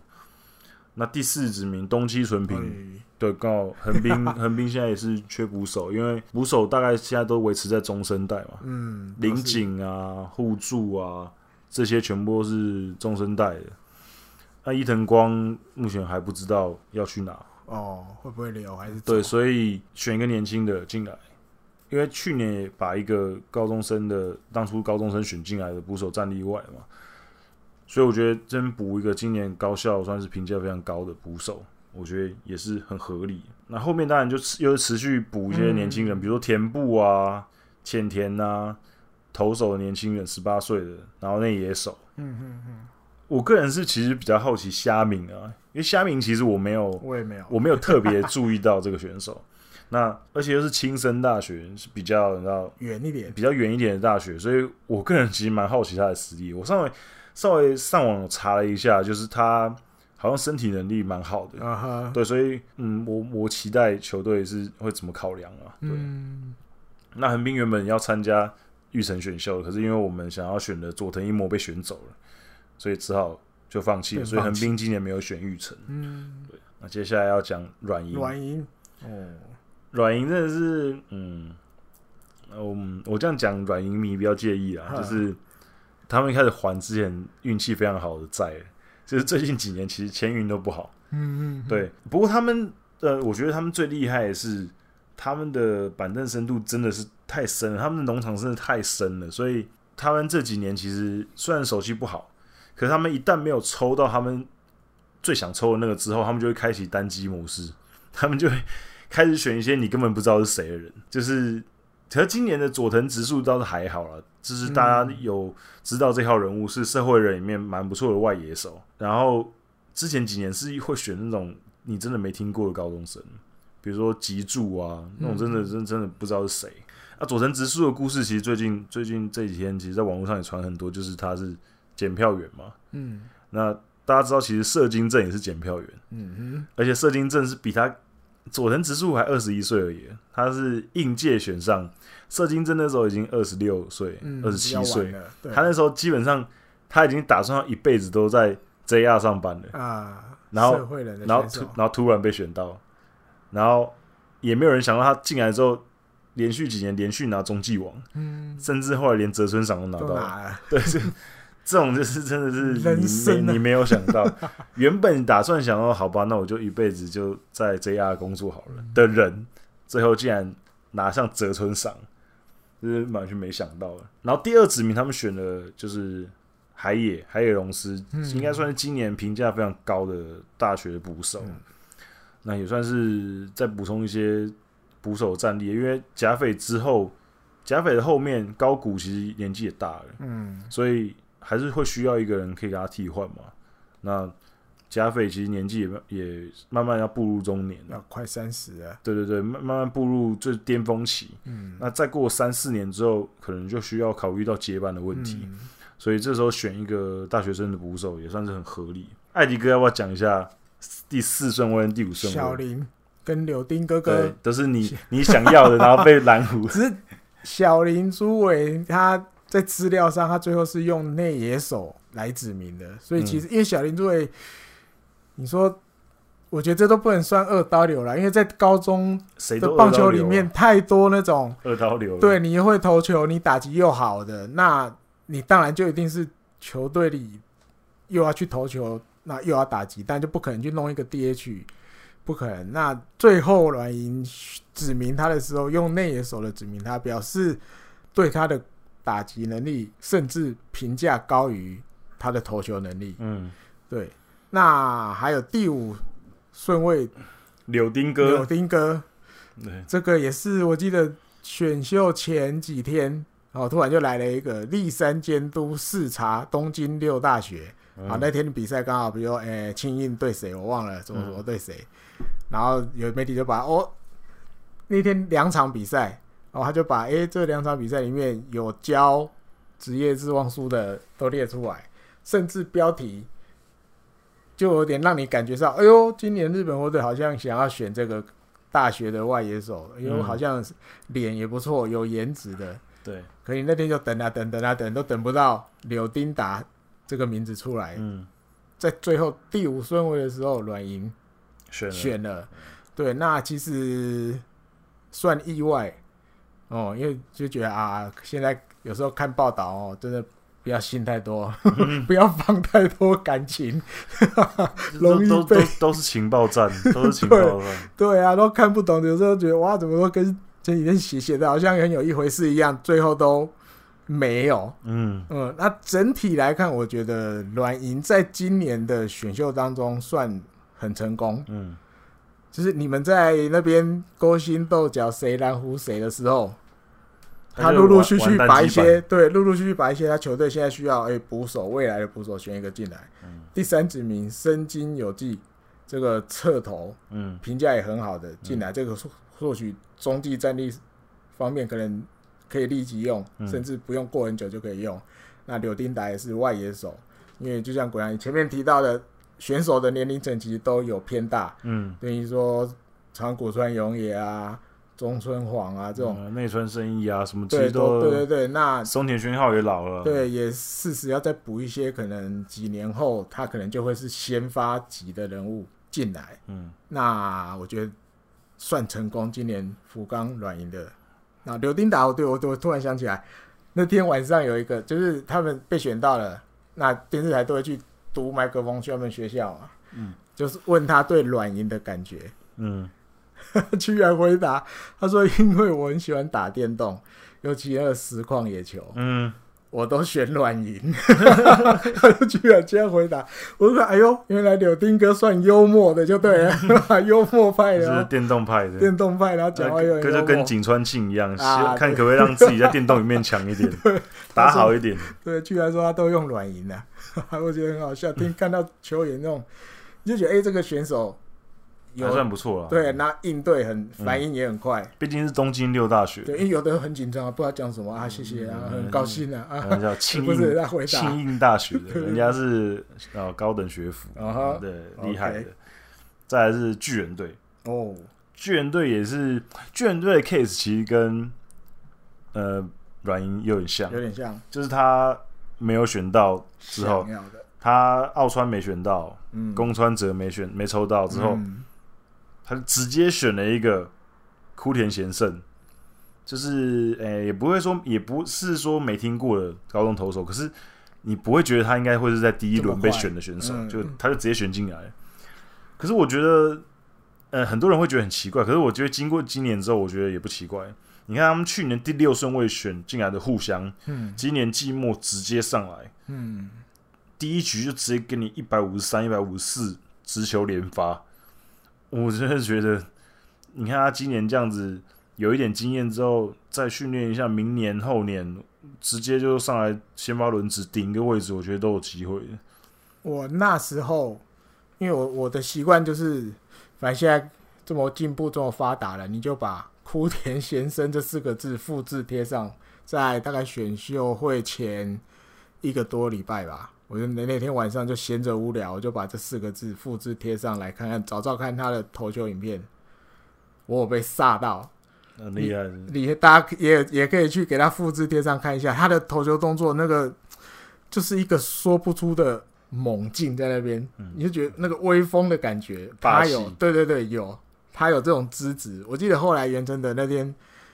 那第四指名东七纯平，
平，
对，刚好横滨 <laughs> 横滨现在也是缺捕手，因为捕手大概现在都维持在中生代嘛，
嗯，
林
都是，
井啊、互助啊这些全部都是中生代的。那伊藤光目前还不知道要去哪，
哦，会不会留还是
对，
走
所以选一个年轻的进来，因为去年也把一个高中生的当初高中生选进来的捕手战例外嘛，所以我觉得真补一个今年高校算是评价非常高的捕手，我觉得也是很合理。那后面当然就持又是持续补一些年轻人，比如说田步啊、浅田啊，投手的年轻人十八岁的，然后内野手。
嗯嗯嗯，
我个人是其实比较好奇虾明啊，因为虾明其实我没有
我也没有，
我没有特别注意到这个选手。 <laughs> 那而且又是青森大学，是比较你知道
远一点，
比较远一点的大学，所以我个人其实蛮好奇他的实力。我上回稍微上网查了一下，就是他好像身体能力蛮好的，
啊哈，
对，所以嗯，我我期待球队是会怎么考量啊？对，
嗯，
那横滨原本要参加玉成选秀，可是因为我们想要选的佐藤一模被选走了，所以只好就放弃了。
对
所以横
放弃
滨今年没有选玉成。
嗯，
那接下来要讲软银，
软银，哦，
软银真的是，嗯，嗯，我这样讲软银迷不要介意啊，
嗯
就是他们一开始还之前运气非常好的债，就是最近几年其实签运都不好。
嗯嗯，
对，不过他们呃，我觉得他们最厉害的是他们的板凳深度真的是太深了，他们的农场真的太深了，所以他们这几年其实虽然手气不好，可是他们一旦没有抽到他们最想抽的那个之后，他们就会开启单机模式，他们就会 <laughs> 开始选一些你根本不知道是谁的人，就是。可是今年的佐藤直树倒是还好了，就是大家
嗯
有知道这号人物是社会人里面蛮不错的外野手，然后之前几年是会选那种你真的没听过的高中生，比如说吉柱啊，
嗯
那种真的真真的不知道是谁。啊，佐藤直树的故事其实最近最近这几天，其实在网络上也传很多，就是他是检票员嘛。
嗯
那大家知道，其实射精证也是检票员，
嗯
而且射精证是比他佐藤直树还二十一岁而已，他是应届选上，射精证那时候已经二十六岁
嗯，、
二十
比较
七
晚
岁，
了，对
他那时候基本上他已经打算要一辈子都在 JR 上班了。
啊，
然后
社会人的
然后
选
突
手
然后突然被选到，然后也没有人想到他进来之后连续几年连续拿中继王，
嗯，
甚至后来连泽村赏都拿到
都
了。
拿了，
<laughs> 对，这这种就是真的是
人
你
生
没
啊
你没有想到，原本打算想到好吧，那我就一辈子就在 JR 工作好了的人，最后竟然拿上泽村赏，就是完全没想到了。然后第二指名他们选了就是海野海野龙司，
嗯
应该算是今年评价非常高的大学捕手，
嗯
那也算是在补充一些捕手战力，因为甲斐之后。甲斐的后面高谷其实年纪也大了，
嗯，
所以还是会需要一个人可以给他替换嘛。那加菲其实年纪也慢也慢慢要步入中年
要
了，
快三十了，
对对对，慢慢慢步入最巅峰期。
嗯，
那再过三四年之后，可能就需要考虑到接班的问题，
嗯
所以这时候选一个大学生的捕手也算是很合理。艾迪哥要不要讲一下第四顺位跟第五顺
小
位？
林跟柳丁哥
对
哥，，
都是你你想要的，然后被
<laughs>
拦胡。
只是小林朱伟他在资料上，他最后是用内野手来指名的，所以其
嗯
实因为小林朱伟，你说。我觉得这都不能算二刀流了，因为在高中
谁
的
都
棒球里面太多那种
啊二刀流啊，二刀流了
对，你会投球，你打击又好的，那你当然就一定是球队里又要去投球，那又要打击，但就不可能去弄一个 DH，不可能。那最后软银指明他的时候，用内野手的指明他，表示对他的打击能力甚至评价高于他的投球能力。
嗯，
对，那还有第五顺位
柳丁哥
柳，丁哥，
对，
这个也是我记得选秀前几天，哦，突然就来了一个立山监督视察东京六大学。
嗯
啊，那天的比赛刚好，比如说诶，庆应对谁我忘了，什么
嗯
什么对谁，然后有媒体就把哦，那天两场比赛，哦，他就把诶、这两场比赛里面有教职业志望书的都列出来，甚至标题就有点让你感觉到，哎呦，今年日本火腿好像想要选这个大学的外野手，哎呦，
嗯
好像脸也不错，有颜值的。
对，
可你那天就等啊等等啊等，都等不到柳丁达这个名字出来，
嗯，
在最后第五顺位的时候，软银
选了
选了，对，那其实算意外哦，因为就觉得啊，现在有时候看报道哦，真的不要信太多， <laughs> 不要放太多感情， <laughs>
都
容易
都都
被
都是情报站，都是情报站。
<laughs> 对啊，都看不懂，有时候觉得哇，怎么都跟前几天写写的好像很有一回事一样，最后都没有，
嗯，
嗯，那整体来看，我觉得软银在今年的选秀当中算很成功。
嗯，
就是你们在那边勾心斗角，谁拦胡谁的时候，他
就
陆陆续续
完完蛋
把一
基本
些对陆陆续续把一些他球队现在需要哎捕手未来的捕手选一个进来。
嗯
第三指名深津有纪，这个侧投
嗯
评价也很好的进来，这个或或许中继战力方面可能可以立即用，
嗯
甚至不用过很久就可以用。那柳丁达也是外野手，因为就像果然你前面提到的，选手的年龄层其实都有偏大，
嗯，
等于说长谷川永野啊、中村晃啊这种，
嗯内川生意啊，什么其
对
实
都对对
都
对，那
松田宣浩也老了，
对，也适时要再补一些，可能几年后他可能就会是先发级的人物进来。
嗯，
那我觉得算成功，今年福冈软银的。那刘丁达，我对我我突然想起来，那天晚上有一个，就是他们被选到了，那电视台都会去读麦克风去他们学校嘛，
嗯，
就是问他对软银的感觉，
嗯
他 <laughs> 居然回答他说：“因为我很喜欢打电动，尤其那个实况野球。”
嗯，
我都选软银，他就居然这样回答。我说：“哎呦，原来柳丁哥算幽默的，就对
<laughs>
了，幽默派
就
的
是
哦，
电动派的，
电动哎派，然后讲话又
跟
很
就
幽
跟
默。
井川庆一样，希
啊
望
对
看可不可以让自己在电动里面强一
<laughs>
点，打好一点。”
对，居然说他都用软银的、啊， <laughs> 我觉得很好笑。听看到球员那种，你就觉得哎、这个选手
还
有
算嗯不错了。啊
对，那应对很反应也很快。
毕竟是东京六大学，
对，因为有的很紧张啊，不知道讲什么啊，谢谢
嗯
啊，很高兴啊啊， <laughs>
人家呃叫庆
不是
应
在回答。
庆应大学
<laughs>
的，
对
人家是呃高等学府，
啊哈
对，
OK
厉害的。再来是巨人队，
哦，
巨人队也是巨人队的 case，其实跟呃软银有点像
有，点像
就是他没有选到之后
想，要的，
他奥川没选到，
嗯，
宫川哲没选没抽到之后，
嗯
他就直接选了一个枯田贤胜，就是呃、也不会说，也不是说没听过的高中投手，可是你不会觉得他应该会是在第一轮被选的选手
这么，快嗯
就他就直接选进来了。可是我觉得，呃，很多人会觉得很奇怪，可是我觉得经过今年之后，我觉得也不奇怪。你看他们去年第六顺位选进来的互相，
嗯
今年季末直接上来，
嗯，
第一局就直接给你一百五十三、一百五十四直球连发，我真的觉得，你看他今年这样子有一点经验之后，再训练一下，明年后年直接就上来先发轮值顶一个位置，我觉得都有机会的。
我那时候因为我我的习惯就是，反正现在这么进步这么发达了，你就把“枯田先生”这四个字复制贴上，在大概选秀会前一个多礼拜吧。我就那那天晚上就闲着无聊，我就把这四个字复制贴上来看看，找找看他的投球影片。我有被吓到，
很厉害的，
你大家也也可以去给他复制贴上看一下，他的投球动作那个就是一个说不出的猛劲在那边，你就觉得那个威风的感觉，
嗯霸
他
气
有，对对对，有，他有这种资质。我记得后来袁真的那天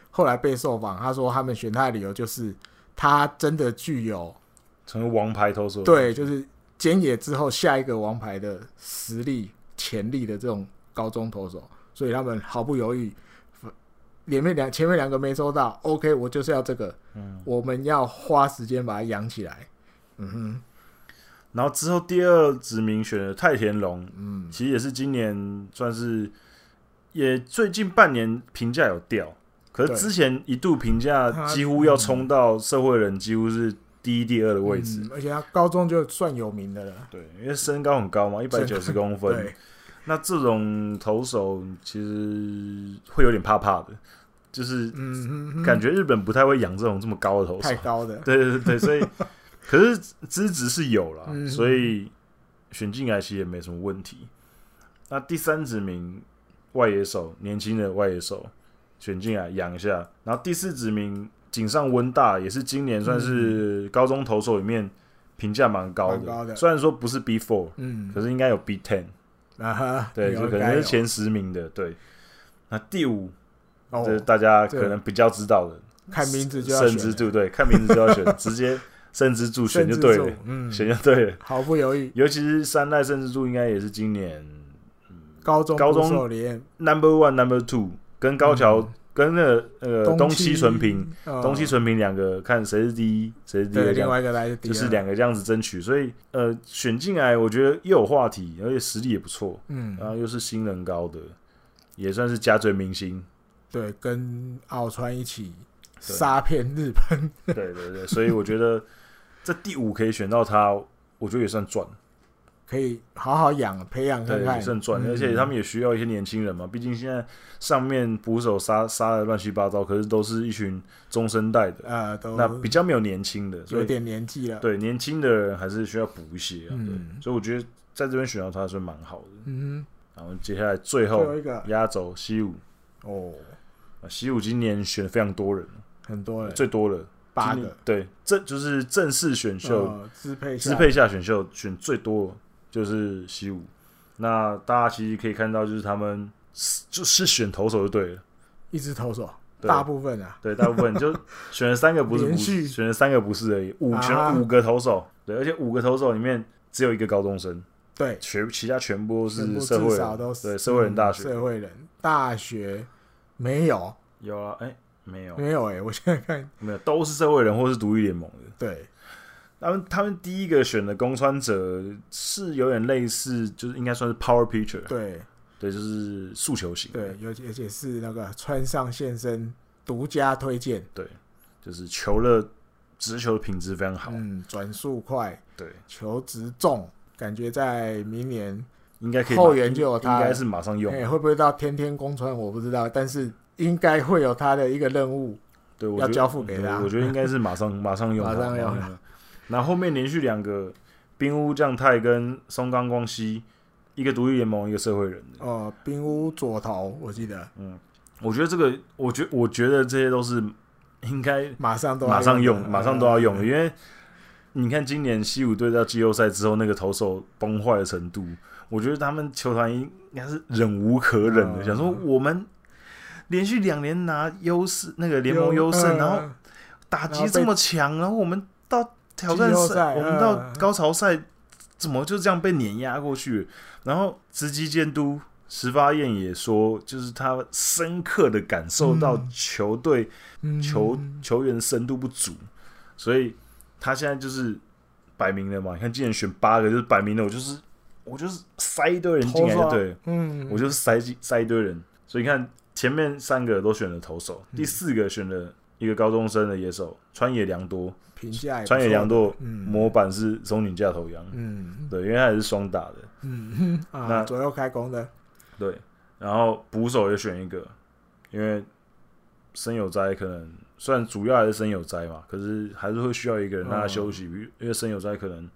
后来被受访，他说他们选他的理由就是他真的具有
成为王牌投手。
对，就是菅野之后下一个王牌的实力潜力的这种高中投手，所以他们毫不犹豫，里面两前面两个没收到，OK，我就是要这个，
嗯，
我们要花时间把它养起来。嗯
然后之后第二指名选了太田龙，
哼，嗯，
其实也是今年算是也最近半年评价有掉，可是
对
之前一度评价
他
几乎要冲到社会人几乎是第一、第二的位置。
嗯而且他高中就算有名的了，
对，因为身高很高嘛，一百九十公分
对，，
那这种投手其实会有点怕怕的，就是
嗯哼哼，
感觉日本不太会养这种这么高的投手
太。高的，
<laughs> 对对
<laughs>
对，所以可是资质是有啦，
嗯
所以选进来其实也没什么问题。那第三指名外野手，年轻的外野手选进来养一下，然后第四指名井上温大也是今年算是高中投手里面评价蛮高
嗯蛮高的
虽然说不是 B four，
嗯
可，是应该有 B ten，
啊哈，
对，
有
就可
应该
能是
有
前十名的，对。那第五，
哦，
这是大家
这
可能比较知道的，
看名字就要
甚
选
至
了
对不对？看名字就要选， <laughs> 直接甚至助选
甚
就
至
对
助
了。
嗯，
<laughs> 选就对了。
毫不犹豫，
尤其是三代甚至柱，应该也是今年
高中
高
部
中
受连
number one、number two，跟高桥、
嗯
跟那个呃东西纯平、，
呃
东西纯平两个看谁是第一，谁是第
对，
二，这
另
样
外一个来自第
就是
二
两个这样子争取。所以呃，选进来我觉得又有话题，而且实力也不错，
嗯，
然后又是新人高的，也算是加追明
<laughs>
星。
对，跟奥川一起杀遍日本，
对对对，所以我觉得这第五可以选到他，我觉得也算赚。
可以好好养培养看
对，
看，
也是很赚，
嗯
而且他们也需要一些年轻人嘛。毕竟现在上面捕手杀杀的乱七八糟，可是都是一群中生代的，
呃都
那比较没有年轻的，所
有
以
点年纪了，
对年轻的人还是需要补一些啊。
嗯
对，所以我觉得在这边选到他是蛮好的。
嗯
然后接下来最
哼，最后
后
一个
压轴西武，
哦，
啊西武今年选的非常多人，
很多人
最多了
八
今年
个
对，正就是正式选秀
呃支配下
支配下选秀选最多就是西武，那大家其实可以看到，就是他们是就是选投手就对了，
一支投手，
对
大部分啊，
对，大部
<laughs>
分就选了三个不是不
连续
是，选了三个不是而已，五
啊
选了五个投手，对，而且五个投手里面只有一个高中生，
对，
全其他全部都
全
是
部
社会
至少
人，
都是
对社会人大
嗯
学
社会人大学没有
有啊，哎、没有
没有哎，我现在看
没有，都是社会人或是独立联盟的。
对，
他们他们第一个选的攻川者是有点类似，就是应该算是 power pitcher，
对
对，就是速球型，
对，尤其而且是那个川上先生独家推荐，
就是球的直球的品质非常好，
嗯，转速快，
对，
球直重，感觉在明年，
应该可以
后援就有他
应该是马上用
哎、。会不会到天天攻川我不知道，但是应该会有他的一个任务。
对，我
要
觉得
交付给他
对我觉得应该是
<laughs>
马上马上用它，
马上用它
它。然后后面连续两个冰屋将太跟松冈光希，一个独立联盟，一个社会人的。
呃，冰屋左投，我记得
我觉得这个，我觉我觉得这些都是应该
马上都要
马上用，
的
马上都要用，
嗯
的，因为你看今年西武队到季后赛之后那个投手崩坏的程度，我觉得他们球团应该是忍无可忍的，
嗯
想说我们
连续两年拿优势那个联盟优胜，
嗯
然后打击这么强，然后我们到挑战
季后
赛，
赛
我们
嗯
到高潮赛怎么就这样被碾压过去？然后直击监督石发彦也说，就是他深刻的感受到
嗯
球队
嗯
球球员深度不足，所以他现在就是摆明了嘛。你看，竟然选八个，就是摆明了，我就是我就是塞一堆人进来
投
就
手
对了，
嗯，
我就是塞进塞一堆人，所以你看前面三个都选了投手，
嗯
第四个选了一个高中生的野手川野良多，
评价也不错
川野良多
嗯
模板是松井架头洋，
嗯
对，因为他也是双打的，
嗯啊
那
左右开弓的，
对，然后捕手也选一个，因为生有灾可能虽然主要还是生有灾嘛，可是还是会需要一个人让他休息，
嗯
因为生有灾可能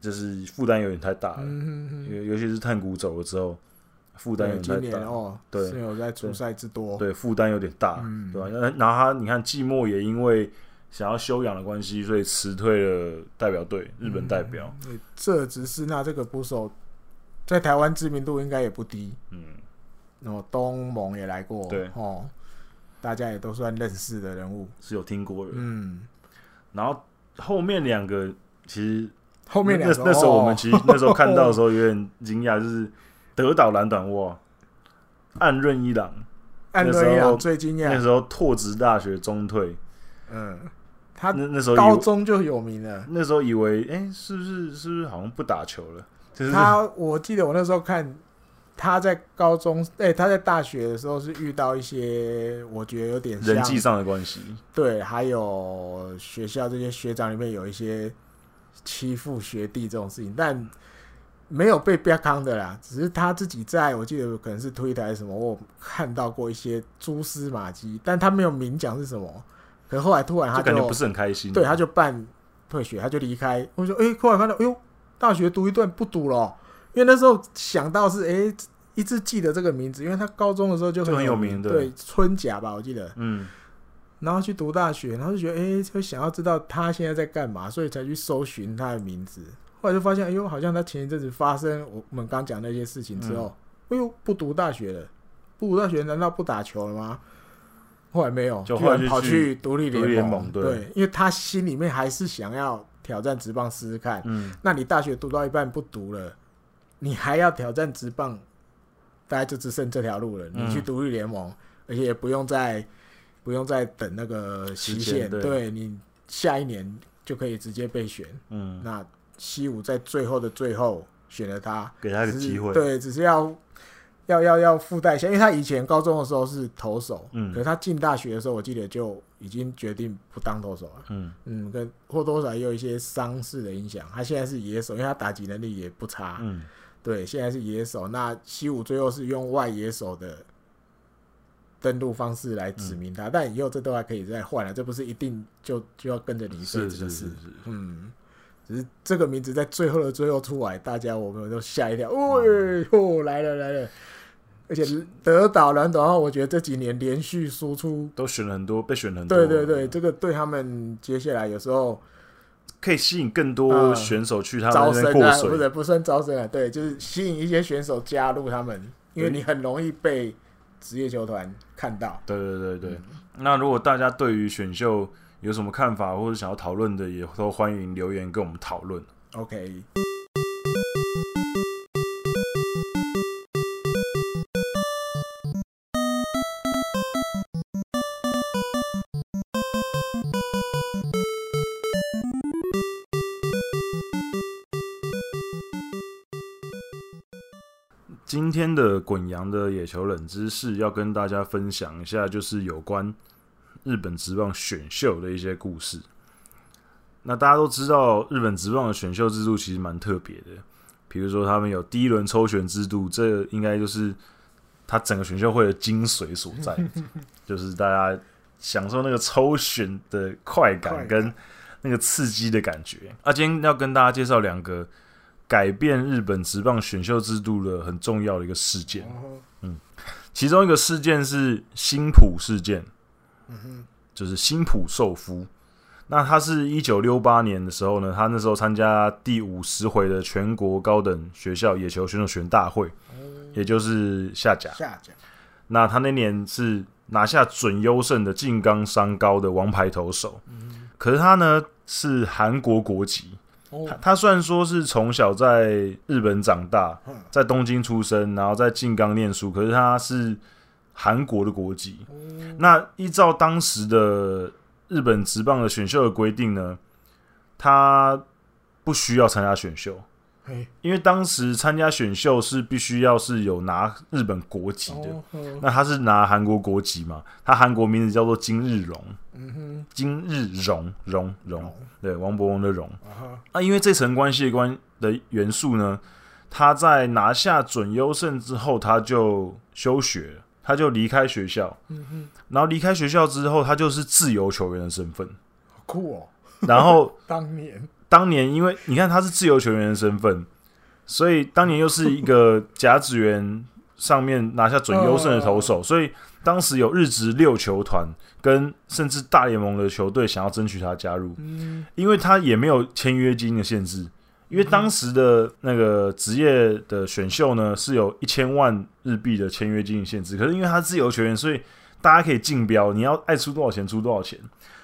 就是负担有点太大了，
嗯
尤、尤其是炭谷走了之后，负担有
对，今
点太
年
大，
哦，
对
是有在出赛之多，
对负担有点大，
嗯
对吧、然后然后他你看季末也因为想要休养的关系，所以辞退了代表队日本代表，
嗯，这只是那这个捕手在台湾知名度应该也不低，
嗯
然后东盟也来过，
对
哦，大家也都算认识的人物，
是有听过的。
嗯，
然后后面两个其实
后面两个
那那时候我们
哦
其实那时候看到的时候有点惊讶，就是德岛蓝短袜、岸润一郎，
安
那时
德伊朗
候
最惊
那
讶，
时候拓殖大学中退，
嗯，他
那那时候
高
以
中就有名了。
那时候以为哎、诶是不是是不是好像不打球了？就是
他，我记得我那时候看他在高中，哎、他在大学的时候是遇到一些我觉得有点像
人际上的关系，
对，还有学校这些学长里面有一些欺负学弟这种事情，但没有被标康的啦，只是他自己在我记得可能是推特还是什么，我有看到过一些蛛丝马迹，但他没有明讲是什么，可是后来突然他
就感觉不是很开心。
对，他就办退学，他就离开。我说，哎、突然看到，哎呦，大学读一段不读了哦、因为那时候想到是，哎、一直记得这个名字，因为他高中的时候就
就很有名对
对春甲吧，我记得。
嗯，
然后去读大学，然后就觉得，哎、就想要知道他现在在干嘛，所以才去搜寻他的名字。后来就发现，哎呦，好像他前一阵子发生我我们刚讲那些事情之后，
嗯
哎呦，不读大学了，不读大学难道不打球了吗？后来没有，
就
居
后来
然
就
跑
去
去独立
独立联
盟
盟，对
对，因为他心里面还是想要挑战职棒试试看。
嗯，
那你大学读到一半不读了，你还要挑战职棒，大概就只剩这条路了。
嗯
你去独立联盟，而且也不用再不用再等那个期
时
限，
间对
你下一年就可以直接备选。
嗯，
那西武在最后的最后选了他，
给他一个
只是
机会。
对，只是要要要要附带一下，因为他以前高中的时候是投手，
嗯
可是他进大学的时候，我记得就已经决定不当投手了。
嗯，
嗯，跟或多或少也有一些伤势的影响。他现在是野手，因为他打击能力也不差。
嗯，
对，现在是野手。那西武最后是用外野手的登录方式来
嗯
指名他，但以后这都还可以再换了，这不是一定就就要跟着你队
是
这个
是
事
是是。
嗯，只是这个名字在最后的最后出来，大家我们都吓一跳，
嗯
哦哟来了来了。而且德岛蓝岛，我觉得这几年连续输出
都选了很多，被选了很多，
对对对，，这个对他们接下来有时候
可以吸引更多
嗯
选手去他们
招
那
生
边过
啊，不
水，
是不算招生啊，对，就是吸引一些选手加入他们，因为
对
你很容易被职业球团看到。
对对对对。那如果大家对于选秀有什么看法，或者想要讨论的，也都欢迎留言跟我们讨论。
OK，
今天的滚羊的野球冷知识要跟大家分享一下，就是有关日本职棒选秀的一些故事。那大家都知道，日本职棒的选秀制度其实蛮特别的，比如说他们有第一轮抽选制度，这应该就是他整个选秀会的精髓所
<laughs>
在，就是大家享受那个抽选的快
快
感
感
跟那个刺激的感觉。啊，今天要跟大家介绍两个改变日本职棒选秀制度的很重要的一个事件，
哦
其中一个事件是新浦事件，
嗯哼，
就是新浦寿夫。那他是一九六八年的时候呢，他那时候参加第五十回的全国高等学校野球选手选大会，也就是下甲。
下讲
那他那年是拿下准优胜的静冈商高的王牌投手，可是他呢是韩国国籍，
哦
他他虽然说是从小在日本长大
嗯，
在东京出生，然后在静冈念书，可是他是韩国的国籍。
哦
那依照当时的日本职棒的选秀的规定呢，他不需要参加选秀，
嘿，
因为当时参加选秀是必须要是有拿日本国籍的。
哦，嗯
那他是拿韩国国籍嘛？他韩国名字叫做金日荣，
嗯哼，
金日荣荣荣，对，王伯荣的荣。
啊哈，
那、因为这层关系的关的元素呢，他在拿下准优胜之后，他就休学了，他就离开学校。
嗯哼，
然后离开学校之后，他就是自由球员的身份。
好酷哦，
然后
当年，
当年因为你看他是自由球员的身份，所以当年又是一个甲子园上面拿下准优胜的投手，所以当时有日职六球团跟甚至大联盟的球队想要争取他加入，
嗯，
因为他也没有签约金的限制，因为当时的那个职业的选秀呢是有一千万日币的签约金的限制，可是因为他自由球员，所以大家可以竞标，你要爱出多少钱出多少钱，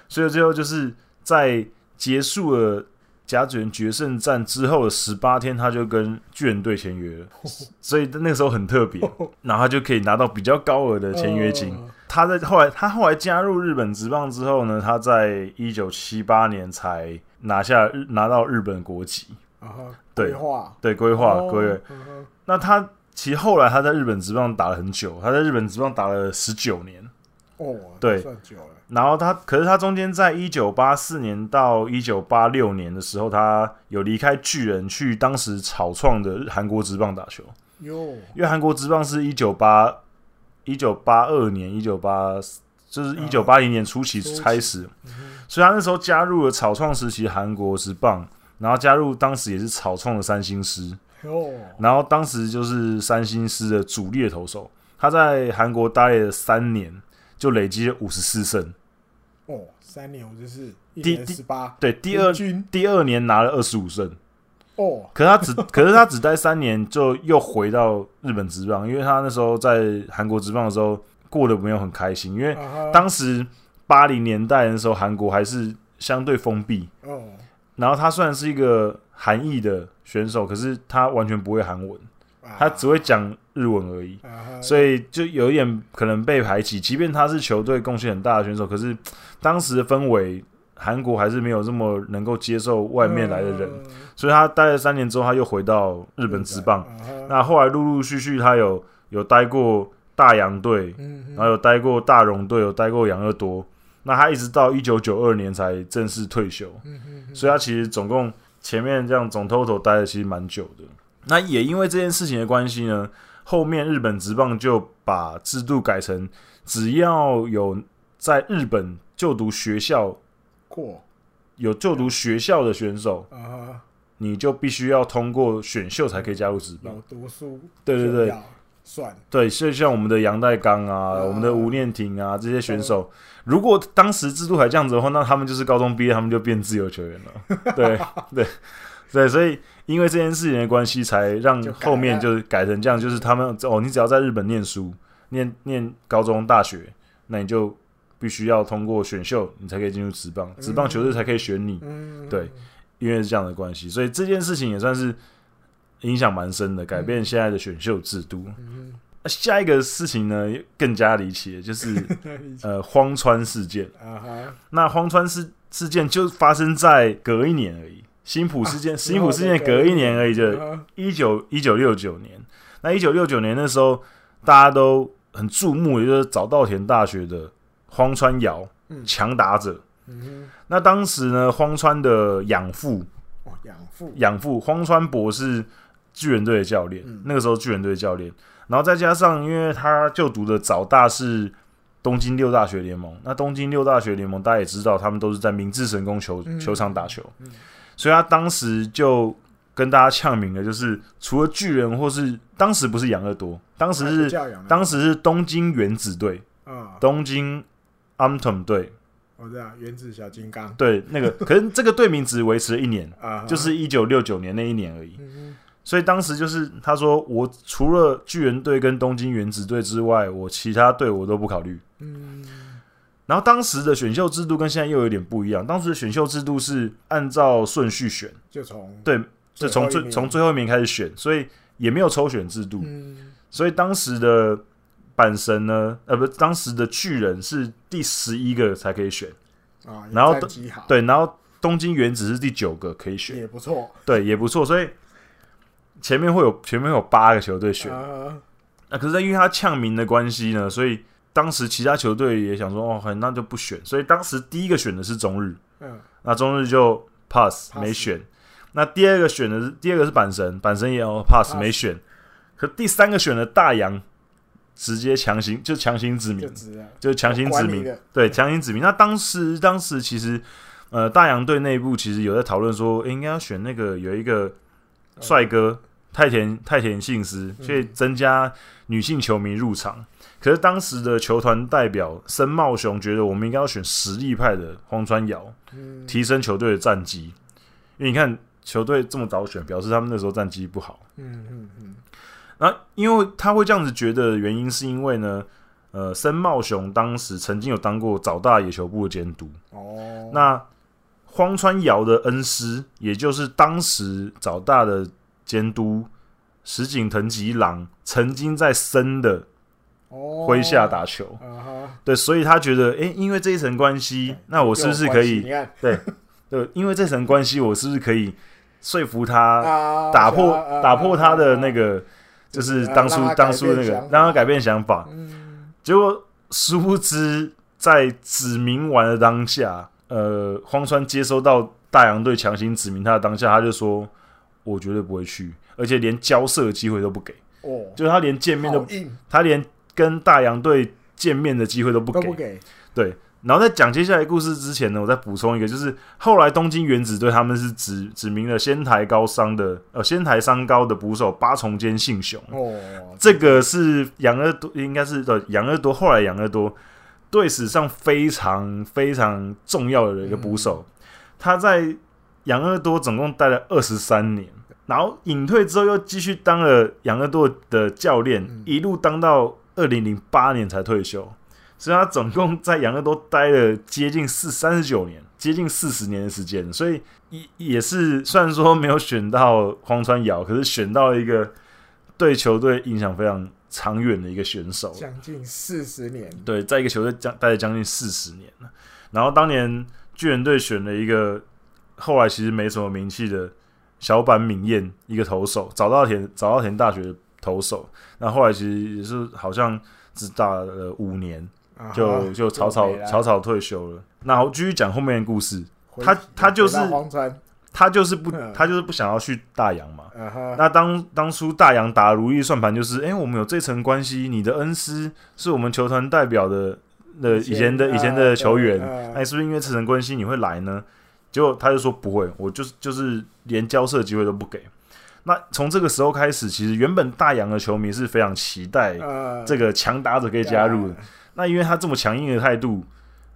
所以最后就是在结束了甲子园决胜战之后的十八天，他就跟巨人队签约了，所以那个时候很特别，然后他就可以拿到比较高额的签约金。
呃
他在后来，他后来加入日本职棒之后呢，他在一九七八年才拿下日拿到日本国籍，
啊哈，
对
规划，
对，规划
哦
规划。，
嗯哼
那他其实后来他在日本职棒打了很久，他在日本职棒打了十九年，
哦，
对
算久了，
然后他可是他中间在一九八四年到一九八六年的时候，他有离开巨人去当时草创的韩国职棒打球，
哟，
因为韩国职棒是一九八一九八二年一九八就是一九八零年初期
初期
开始。
嗯哼
所以他那时候加入了草创时期韩国职棒，然后加入当时也是草创的三星师，
哟，
然后当时就是三星师的主力的投手，他在韩国待了三年，就累积了五十四胜，
哦，三年我就是一
第
年
第
十八，
对，第二
军，
第二年拿了二十五胜，
哦，
可是他只 <laughs> 可是他只待三年就又回到日本职棒，因为他那时候在韩国职棒的时候过得没有很开心，因为
啊哈
当时八零年代的时候韩国还是相对封闭，
哦，
然后他虽然是一个韩裔的选手，可是他完全不会韩文，他只
会，
会讲日文而已，
啊
所
以
所以就有一点可能被排挤。即便他是球队贡献很大的选手，可是当时的氛围，韩国还是没有这么能够接受外面来的人，
嗯
所以他待了三年之后，他又回到日本职棒。
那
那后来陆陆续续，他有有待过大洋队，
嗯
然后有待过大荣队，有待过养乐多。那他一直到一九九二年才正式退休。
嗯嗯
所以他其实总共前面这样总 total 待的其实蛮久的。那也因为这件事情的关系呢，后面日本职棒就把制度改成，只要有在日本就读学校
过
有就读学校的选手，
啊
嗯
哈，
你就必须要通过选秀才可以加入职棒
有。读书，
对对对，
算
对，所以像我们的杨代刚啊，
嗯
我们的吴念婷啊这些选手，如果当时制度还这样子的话，那他们就是高中毕业，他们就变自由球员
<laughs>
了。对对对，所以因为这件事情的关系，才让
就改了
后面就是改成这样，就是他们哦，你只要在日本念书，念念高中、大学，那你就必须要通过选秀，你才可以进入职棒，职棒球队才可以选你。
嗯，
对，因为是这样的关系，所以这件事情也算是影响蛮深的，改变现在的选秀制度。
嗯，
下一个事情呢，更加离奇了，就是
<laughs>
呃荒川事件。
啊哈，
那荒川事事件就发生在隔一年而已，新浦事件，新浦事件隔一年而已，就
啊
一九一九六九年。那一九六九年那时候，大家都很注目，也就是早稻田大学的荒川遥
嗯
强打者。
嗯
那当时呢，荒川的养父
哼，哦，养父，
养父荒川博士巨人队的教练，
嗯
那个时候巨人队教练，然后再加上因为他就读的早大是东京六大学联盟，那东京六大学联盟大家也知道，他们都是在明治神宫球、
嗯
球场打球，
嗯
所以他当时就跟大家呛明了，就是除了巨人或是当时不是养乐多，当时
还不
是
教养的，
当时是东京原子队、
啊，
东京 Atom 队，
我知道，原子小金刚
对那个，可是这个队名只维持了一年，
啊哈，
就是一九六九年那一年而已。
嗯
嗯所以当时就是他说，我除了巨人队跟东京原子队之外，我其他队我都不考虑。
嗯，
然后当时的选秀制度跟现在又有点不一样，当时的选秀制度是按照顺序选，
就从
对就从
后一
最
名
从最后一名开始选，所以也没有抽选制度。
嗯
所以当时的阪神呢，呃，不，当时的巨人是第十一个才可以选，
啊，
嗯然后
战绩好，，
对，然后东京原子是第九个可以选，
也不错，
对，也不错，所以前面会有前面会有八个球队选，
呃
那、可是因为他呛名的关系呢，所以当时其他球队也想说，哦，很那就不选，所以当时第一个选的是中日，
嗯，
那中日就 pass,
Pass
没选，那第二个选的是第二个是阪神，阪神也哦 pass,
Pass
没选，可第三个选的大洋直接强行就强行指
就
名，
值了，
就强行指
管理
名，
的，
对，强行指名。那当时当时其实呃大洋队内部其实有在讨论说，诶应该要选那个有一个帅哥太田太田信司，
嗯
所以增加女性球迷入场。可是当时的球团代表森茂雄觉得我们应该要选实力派的荒川遥，
嗯，
提升球队的战绩。因为你看球队这么早选，表示他们那时候战绩不好。
嗯嗯嗯，
那因为他会这样子觉得，原因是因为呢，呃，森茂雄当时曾经有当过早大野球部的监督。
哦，
那荒川遥的恩师，也就是当时早大的监督石井藤吉郎，曾经在森的麾
麾
下，打球。
啊哈，
对，所以他觉得，诶，因为这一层关系，那我是不是
有
可
关系
以
你看
对，因为这层关系，我是不是可以说服他
啊，
打破、
啊啊
打破他的那
啊
个，就是
啊
当初
让他改
当初
变
那个
想法
让他改变想法
啊？嗯，
结果殊不知，在指名完的当下，呃，荒川接收到大洋队强行指名他的当下，他就说：“我绝对不会去，而且连交涉的机会都不给，
哦，
就是他连见面都
好硬
他连跟大洋队见面的机会都不
都
给。
不给，
然后在讲接下来故事之前呢，我再补充一个，就是后来东京原子队他们是指指明了仙台高商的呃仙台商高的捕手八重间信雄，
哦，
这个是养乐多，应该是对养乐多，后来养乐多队史上非常非常重要的一个捕手，他在养乐多总共待了二十三年，然后隐退之后又继续当了养乐多的教练，
嗯
一路当到二零零八年才退休，所以他总共在养乐多待了接近四三十九年，接近四十年的时间，所以也也是虽然说没有选到荒川遥，可是选到了一个对球队影响非常长远的一个选手，
将近四十年，
对，在一个球队将待了将近四十年了。然后当年巨人队选了一个后来其实没什么名气的小坂敏彦，一个投手，早稻田早稻田大学的投手。那后来其实也是好像只打了五年，
啊哈
就就草草
没了
草草退休了。那好，继续讲后面的故事。
回
他他就是
回到荒川，
他就是不
嗯
他就是不想要去大洋嘛，
啊哈，
那当当初大洋打如意算盘就是，哎、我们有这层关系，你的恩师是我们球团代表的的以前的以前的球员，哎
啊
那、你是不是因为这层关系你会来呢？结果他就说不会，我就是就是连交涉机会都不给。那从这个时候开始，其实原本大洋的球迷是非常期待
呃，
哎这个强打者可以加入的。那因为他这么强硬的态度，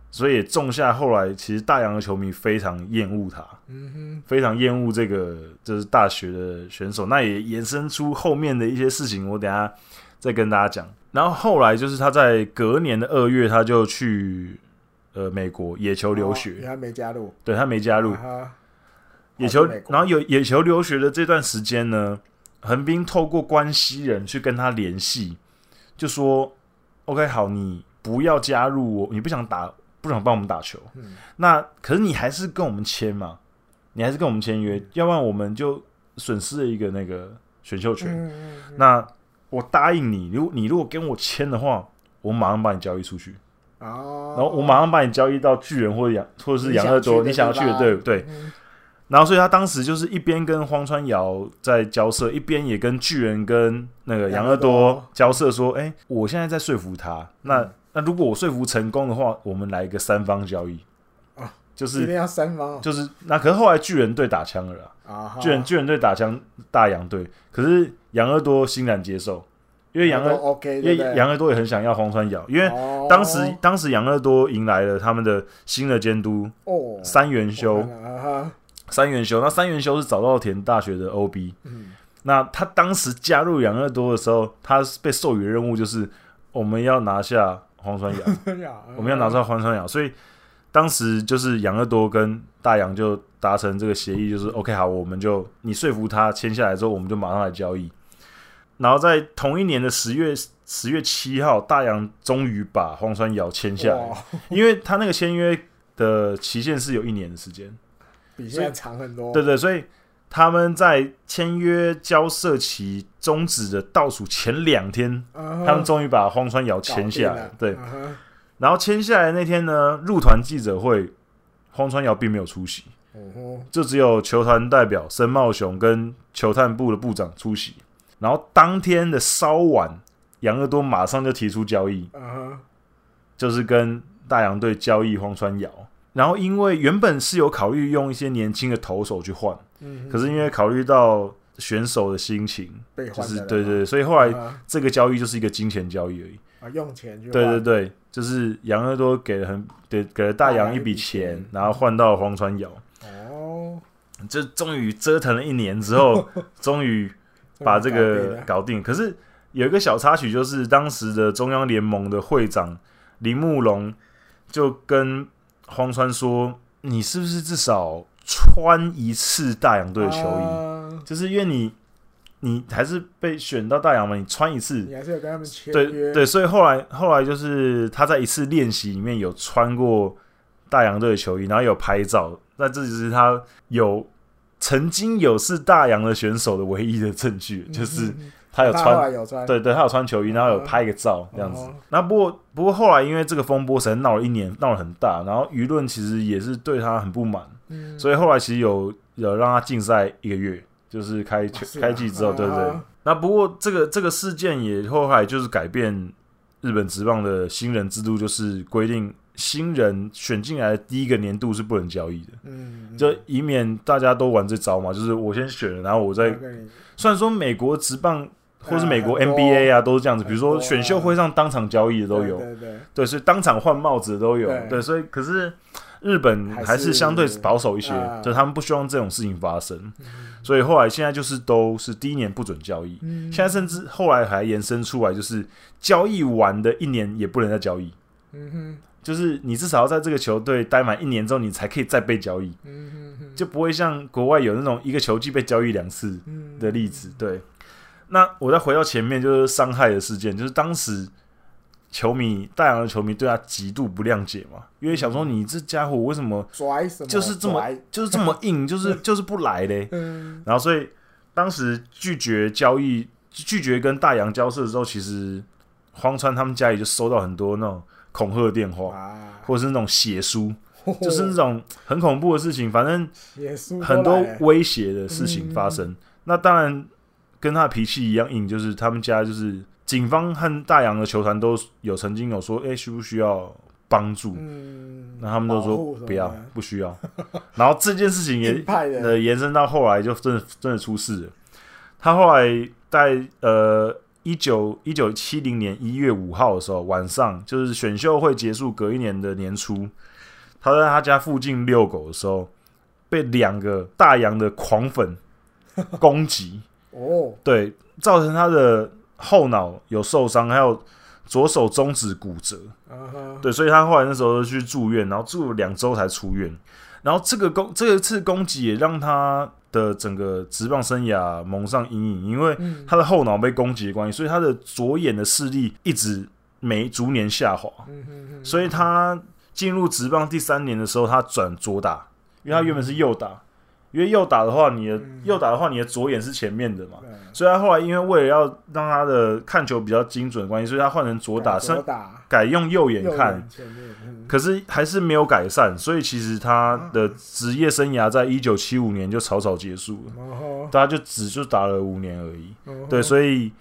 所以也种下后来其实大洋的球迷非常厌恶他。
嗯
非常厌恶这个就是大学的选手，那也延伸出后面的一些事情，我等一下再跟大家讲。然后后来就是他在隔年的二月，他就去呃美国野球
哼，
留
哦
学，
你还没加入，
对他没加入
啊哈
野球
跑去美，国
然后有野球留学的这段时间呢，横滨透过关系人去跟他联系，就说 OK 好，你不要加入我，你不想打，不想帮我们打球，
嗯
那可是你还是跟我们签嘛，你还是跟我们签
嗯
约，要不然我们就损失了一个那个选秀权。
嗯嗯
那我答应你，如你如果跟我签的话，我马上把你交易出去，
嗯，哦，
然后我马上把你交易到巨人或者养或者是养乐多你
你想
想要
去
去
的
的队伍，对。
嗯
然后所以他当时就是一边跟荒川遥在交涉，一边也跟巨人跟那个养
养
乐
乐
多
多
交涉说，哎，我现在在说服他，那
嗯
那如果我说服成功的话，我们来一个三方交易
啊，
就
一
是
定要三方
就是那可是后来巨人队打枪了啦，
啊哈，
巨人巨人队打枪大洋队，可是养乐多欣然接受，因为养
都
乐
哦 OK，
因
对
为
不对
养乐多也很想要荒川遥，因为
哦
当时、当时养乐多迎来了他们的新的监督
哦
三元修
我看了啊哈， <laughs>
三元修，那三元修是早稻田大学的 OB，
嗯
那他当时加入养乐多的时候，他被授予的任务就是我们要拿下荒川
嗯
洋，我们要拿下荒川洋，所以当时就是养乐多跟大洋就达成这个协议，就是 OK 好，我们就你说服他签下来之后，我们就马上来交易。然后在同一年的十月十月七号，大洋终于把荒川遥签下来，
哇，
因为他那个签约的期限是有一年的时间。
比现在长很多。
对对，所以他们在签约交涉期终止的倒数前两天，
嗯哼，
他们终于把荒川遥签
搞
下
定
来
了。
对，
嗯哼
然后签下来那天呢，入团记者会，荒川遥并没有出席，
嗯哼，
就只有球团代表森茂雄跟球探部的部长出席。然后当天的稍晚，杨乐多马上就提出交易，
嗯哼，
就是跟大洋队交易荒川遥。然后因为原本是有考虑用一些年轻的投手去换，
嗯哼，
可是因为考虑到选手的心情，
被
就
换
是
的人
对
嘛
对，对所以后来
嗯
这个交易就是一个金钱交易而已。
啊，用钱去
对对
换
对，就是杨乐多给了很给给了大洋
大洋一
一笔钱
笔钱，
然后换到黄川尧，
哦，
这终于折腾了一年之
<laughs>
后，终于把这个搞定。可是有一个小插曲，就是当时的中央联盟的会长林慕龙就跟荒川说：“你是不是至少穿一次大洋队的球衣？”
衣，
就是因为你你还是被选到大洋嘛，你穿一次
你，还是有跟他们签
对
约，
对，所以后来后来就是他在一次练习里面有穿过大洋队的球衣，然后有拍照，那这只是他有曾经有是大洋的选手的唯一的证据，
嗯
就是
嗯嗯
他有
他
穿
后来嗯有穿，哦
对对，他有穿球衣，然后有拍个照这样子。那不过不过后来因为这个风波实在闹了一年，闹得很大，然后舆论其实也是对他很不满，
嗯，
所以后来其实有有让他禁赛一个月，就是开
啊是啊
开季之后，对不对？
啊
那不过这个这个事件也后来就是改变日本职棒的新人制度，就是规定新人选进来的第一个年度是不能交易的，
嗯，
就以免大家都玩这招嘛，就是我先选了，然后我再
再嗯跟你
虽然说美国职棒或是美国
很多
NBA 啊都是这样子，比如
很
说
多啊
选秀会上当场交易的都
对
有，
对对，
对，所以当场换帽子的都有，
对
对，所以可是日本还
还
是
是
相对保守一些
啊，
就他们不希望这种事情发生，
嗯
所以后来现在就是都是第一年不准交易，
嗯
现在甚至后来还延伸出来，就是交易完的一年也不能再交易，
嗯哼
就是你至少要在这个球队待满一年之后，你才可以再被交易，
嗯哼哼，
就不会像国外有那种一个球季被交易两次
嗯
的例子。对，那我再回到前面，就是伤害的事件，就是当时球迷大洋的球迷对他极度不谅解嘛，因为想说你这家伙为什么
拽嗯什么
就是这么
<laughs> 拽
就是这么硬，就是就是不来嘞。
嗯
然后所以当时拒绝交易、拒绝跟大洋交涉之后，其实荒川他们家里就收到很多那种恐吓电话，
啊，
或者是那种血书，就是那种很恐怖的事情，反正
哦耶稣
很
都
多
来嗯了
威胁的事情发生。那当然跟他的脾气一样硬，就是他们家就是警方和大洋的球团都有曾经有说，哎、需不需要帮助？
嗯，
那他们都
保护
说
什么
不要
的，
不需要。 <laughs> 然后这件事情
<laughs>
也
硬派的
呃，延伸到后来就真的真的出事了。他后来在呃一九一九七零年一月五号的时候晚上，就是选秀会结束隔一年的年初，他在他家附近遛狗的时候，被两个大洋的狂粉攻击，
哦，
对，造成他的后脑有受伤，还有左手中指骨折。
嗯哼，
对，所以他后来那时候就去住院，然后住了两周才出院。然后这个攻这一次攻击也让他的整个职棒生涯蒙上阴影，因为
嗯，
他的后脑被攻击的关系，所以他的左眼的视力一直每逐年下滑。
嗯哼哼
所以他进入职棒第三年的时候，他转左打，因为他原本是右打，因为右打的话，你的
嗯
右打的话，你的左眼是前面的嘛。
对
所以他后来因为为了要让他的看球比较精准的关系，所以他换成左打，
左
甚
打，
改用右眼
右
看。
眼前面，嗯
可是还是没有改善，所以其实他的职业生涯在一九七五年就草草结束了，
然后
大家就只就打了五年而已。对，
以
所以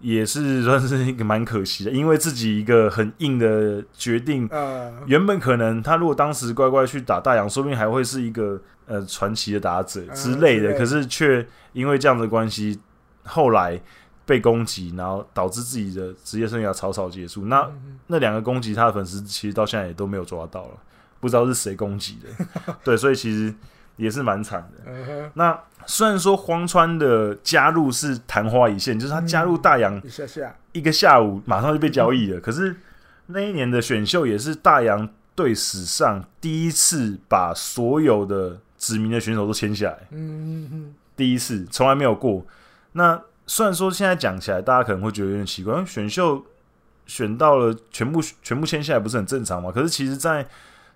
也是算是一个蛮可惜的，因为自己一个很硬的决定，
呃，
原本可能他如果当时乖乖去打大洋，说不定还会是一个呃传奇的打者
嗯之
之类的，
类的
可是却因为这样的关系，后来被攻击，然后导致自己的职业生涯草草结束。那
嗯
那两个攻
<laughs>
击他的粉丝，其实到现在也都没有抓到了，不知道是谁攻击的。对，所以其实也是蛮惨的。
嗯哼，
那虽然说荒川的加入是昙花一现，就是他加入大洋
一下下，
一个下午马上就被交易了。可是那一年的选秀也是大洋队史上第一次把所有的指名的选手都签下来，
嗯嗯嗯，
第一次从来没有过。那虽然说现在讲起来，大家可能会觉得有点奇怪，因为选秀选到了全部全部签下来不是很正常吗？可是其实，在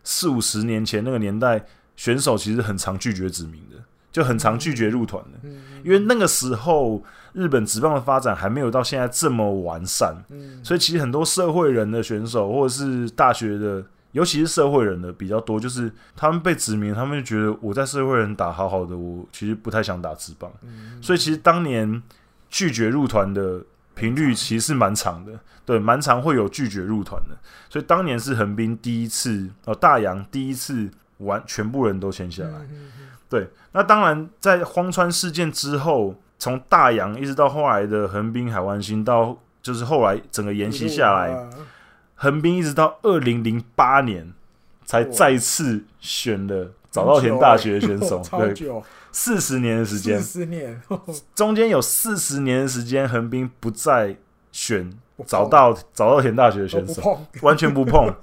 四五十年前那个年代，选手其实很常拒绝指名的，就很常拒绝入团的。
嗯
因为那个时候日本职棒的发展还没有到现在这么完善，
嗯
所以其实很多社会人的选手或者是大学的，尤其是社会人的比较多，就是他们被指名，他们就觉得我在社会人打好好的，我其实不太想打职棒，
嗯，
所以其实当年拒绝入团的频率其实是蛮长的，对，蛮常会有拒绝入团的，所以当年是横滨第一次，哦，大洋第一次完全部人都签下来。
嗯
对，那当然，在荒川事件之后，从大洋一直到后来的横滨海湾星，到就是后来整个沿袭下
啊
来，，横滨一直到二零零八年才
哇
再次选了早稻田大学的选
嗯 <laughs>
手，
超
对，
久，
四十年的时间，
十年， <laughs>
中间有四十年的时间，横滨不再选
不碰
早稻早稻田大学的
都
选
不
手，
碰，
完全不
<laughs>
碰。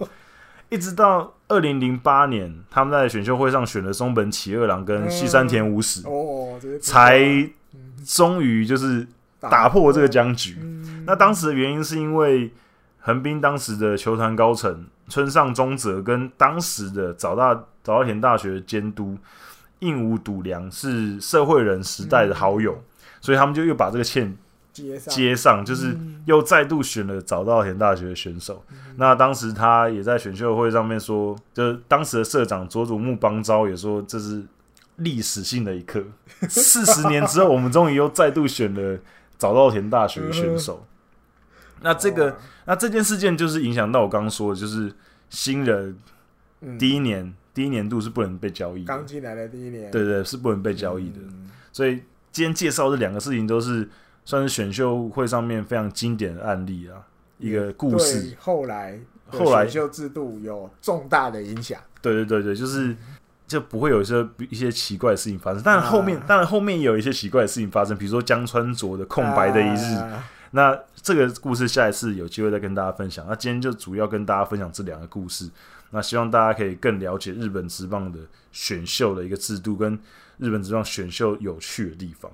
一直到二零零八年，他们在选秀会上选了松本启二郎跟西山田武史，
哦，直接不碰
才
嗯
终于就是打破这个僵局。
嗯
那当时的原因是因为横滨当时的球团高层村上忠则跟当时的早大早稻田大学的监督应无笃良是社会人时代的好友，所以他们就又把这个欠
接上
接上，就是
嗯
又再度选了早稻田大学的选手。那当时他也在选秀会上面说，就是当时的社长佐佐木邦昭也说，这是历史性的一刻。四十年之后，我们终于又再度选了早稻田大学的选手。
嗯
那这
哦
个，那这件事件就是影响到我刚刚说的，就是新人
嗯
第一年、第一年度是不能被交易的，
刚进来的第一年，嗯
对对，是不能被
被
交易的。所以今天介绍这两个事情都是算是选秀会上面非常经典的案例啊，一个故事。
对后来的
后来
选秀制度有重大的影响，
对对对对，就是就不会有一些一些奇怪的事情发生。当然后面，
嗯啊
当然后面也有一些奇怪的事情发生，比如说江川卓的空白的一日。
啊
那这个故事下一次有机会再跟大家分享。那今天就主要跟大家分享这两个故事。那希望大家可以更了解日本职棒的选秀的一个制度，跟日本职棒选秀有趣的地方。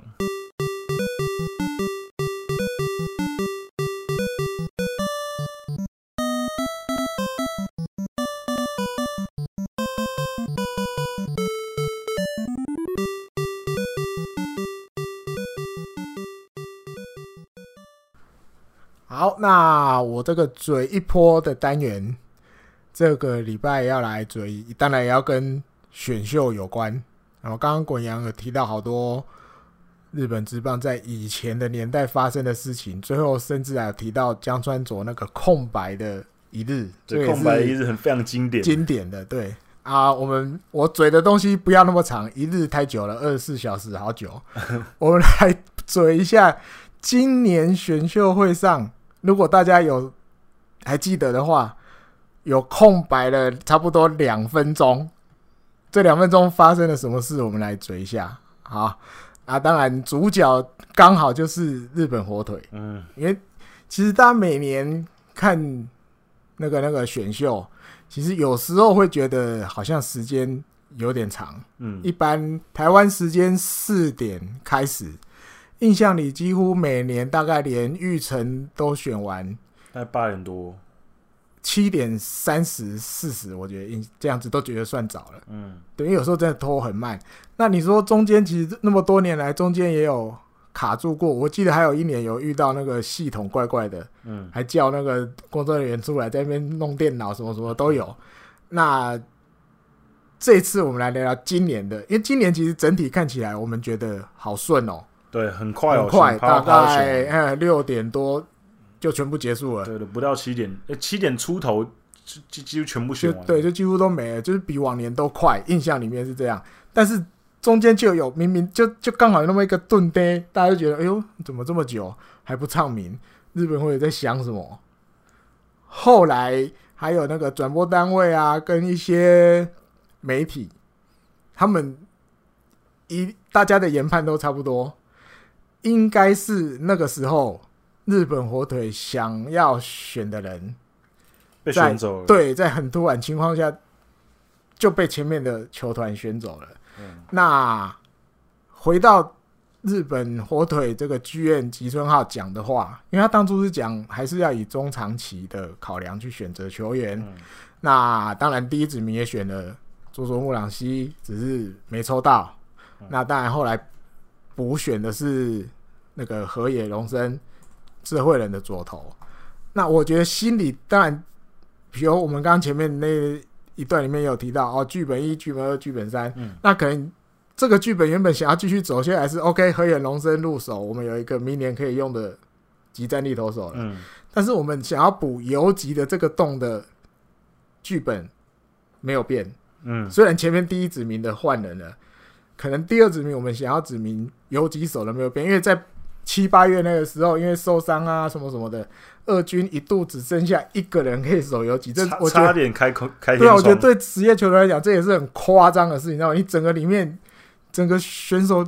好，那我这个嘴一波的单元，这个礼拜要来嘴，当然也要跟选秀有关。然后刚刚滚阳有提到好多日本职棒在以前的年代发生的事情，最后甚至还有提到江川卓那个空白的一日，这
对，
也
空白的一
是
日很非常经典。
经典的对。啊，我们我嘴的东西不要那么长，一日太久了，二十四小时好久。我们来嘴一下今年选秀会上，如果大家有还记得的话，有空白了差不多两分钟，这两分钟发生了什么事，我们来追一下。好啊，当然主角刚好就是日本火腿，
嗯，
因为其实大家每年看那个那个选秀，其实有时候会觉得好像时间有点长，
嗯
一般台湾时间四点开始，印象里几乎每年大概连玉成都选完
大概八点多，
七点三十四十，我觉得印这样子都觉得算早了。
嗯，
等于有时候真的拖很慢。那你说中间其实那么多年来，中间也有卡住过。我记得还有一年有遇到那个系统怪怪的，
嗯，
还叫那个工作人员出来在那边弄电脑，什么什么都有。那这一次我们来聊聊今年的，因为今年其实整体看起来我们觉得好顺哦，
对，很快哦，
很快，
选趴
大
趴选
概呃六点多就全部结束了，
对的，不到七点，呃，七点出头就就几乎全部选
就
完，
对，，就几乎都没了，就是比往年都快，印象里面是这样。但是中间就有明明就就刚好有那么一个顿呆，大家就觉得哎呦怎么这么久还不唱名？日本会在想什么？后来还有那个转播单位啊，跟一些媒体，他们一大家的研判都差不多，应该是那个时候日本火腿想要选的人，
被
在
选走了。，
对，在很突然情况下就被前面的球团选走了。
嗯
那回到日本火腿这个剧院吉村浩讲的话，因为他当初是讲还是要以中长期的考量去选择球员。
嗯
那当然第一指名也选了佐佐木朗希，只是没抽到。
嗯
那当然后来补选的是那个河野龙生，智慧人的左投。那我觉得心里当然，比如我们刚刚前面那一段里面有提到哦，剧本一、剧本二、剧本三，
嗯
那可能这个剧本原本想要继续走下来是 OK，河野龙生入手，我们有一个明年可以用的集战力投手了。
嗯，
但是我们想要补游击的这个洞的剧本没有变，
嗯，
虽然前面第一指名的换人了，可能第二指名我们想要指名游击手的没有变，因为在七八月那个时候，因为受伤啊什么什么的，二军一度只剩下一个人可以守游击，这
差
我觉
差
得
点开口开天
对啊，我觉得
窗，
对职业球员来讲，这也是很夸张的事情，你知道吗？你整个里面，整个选手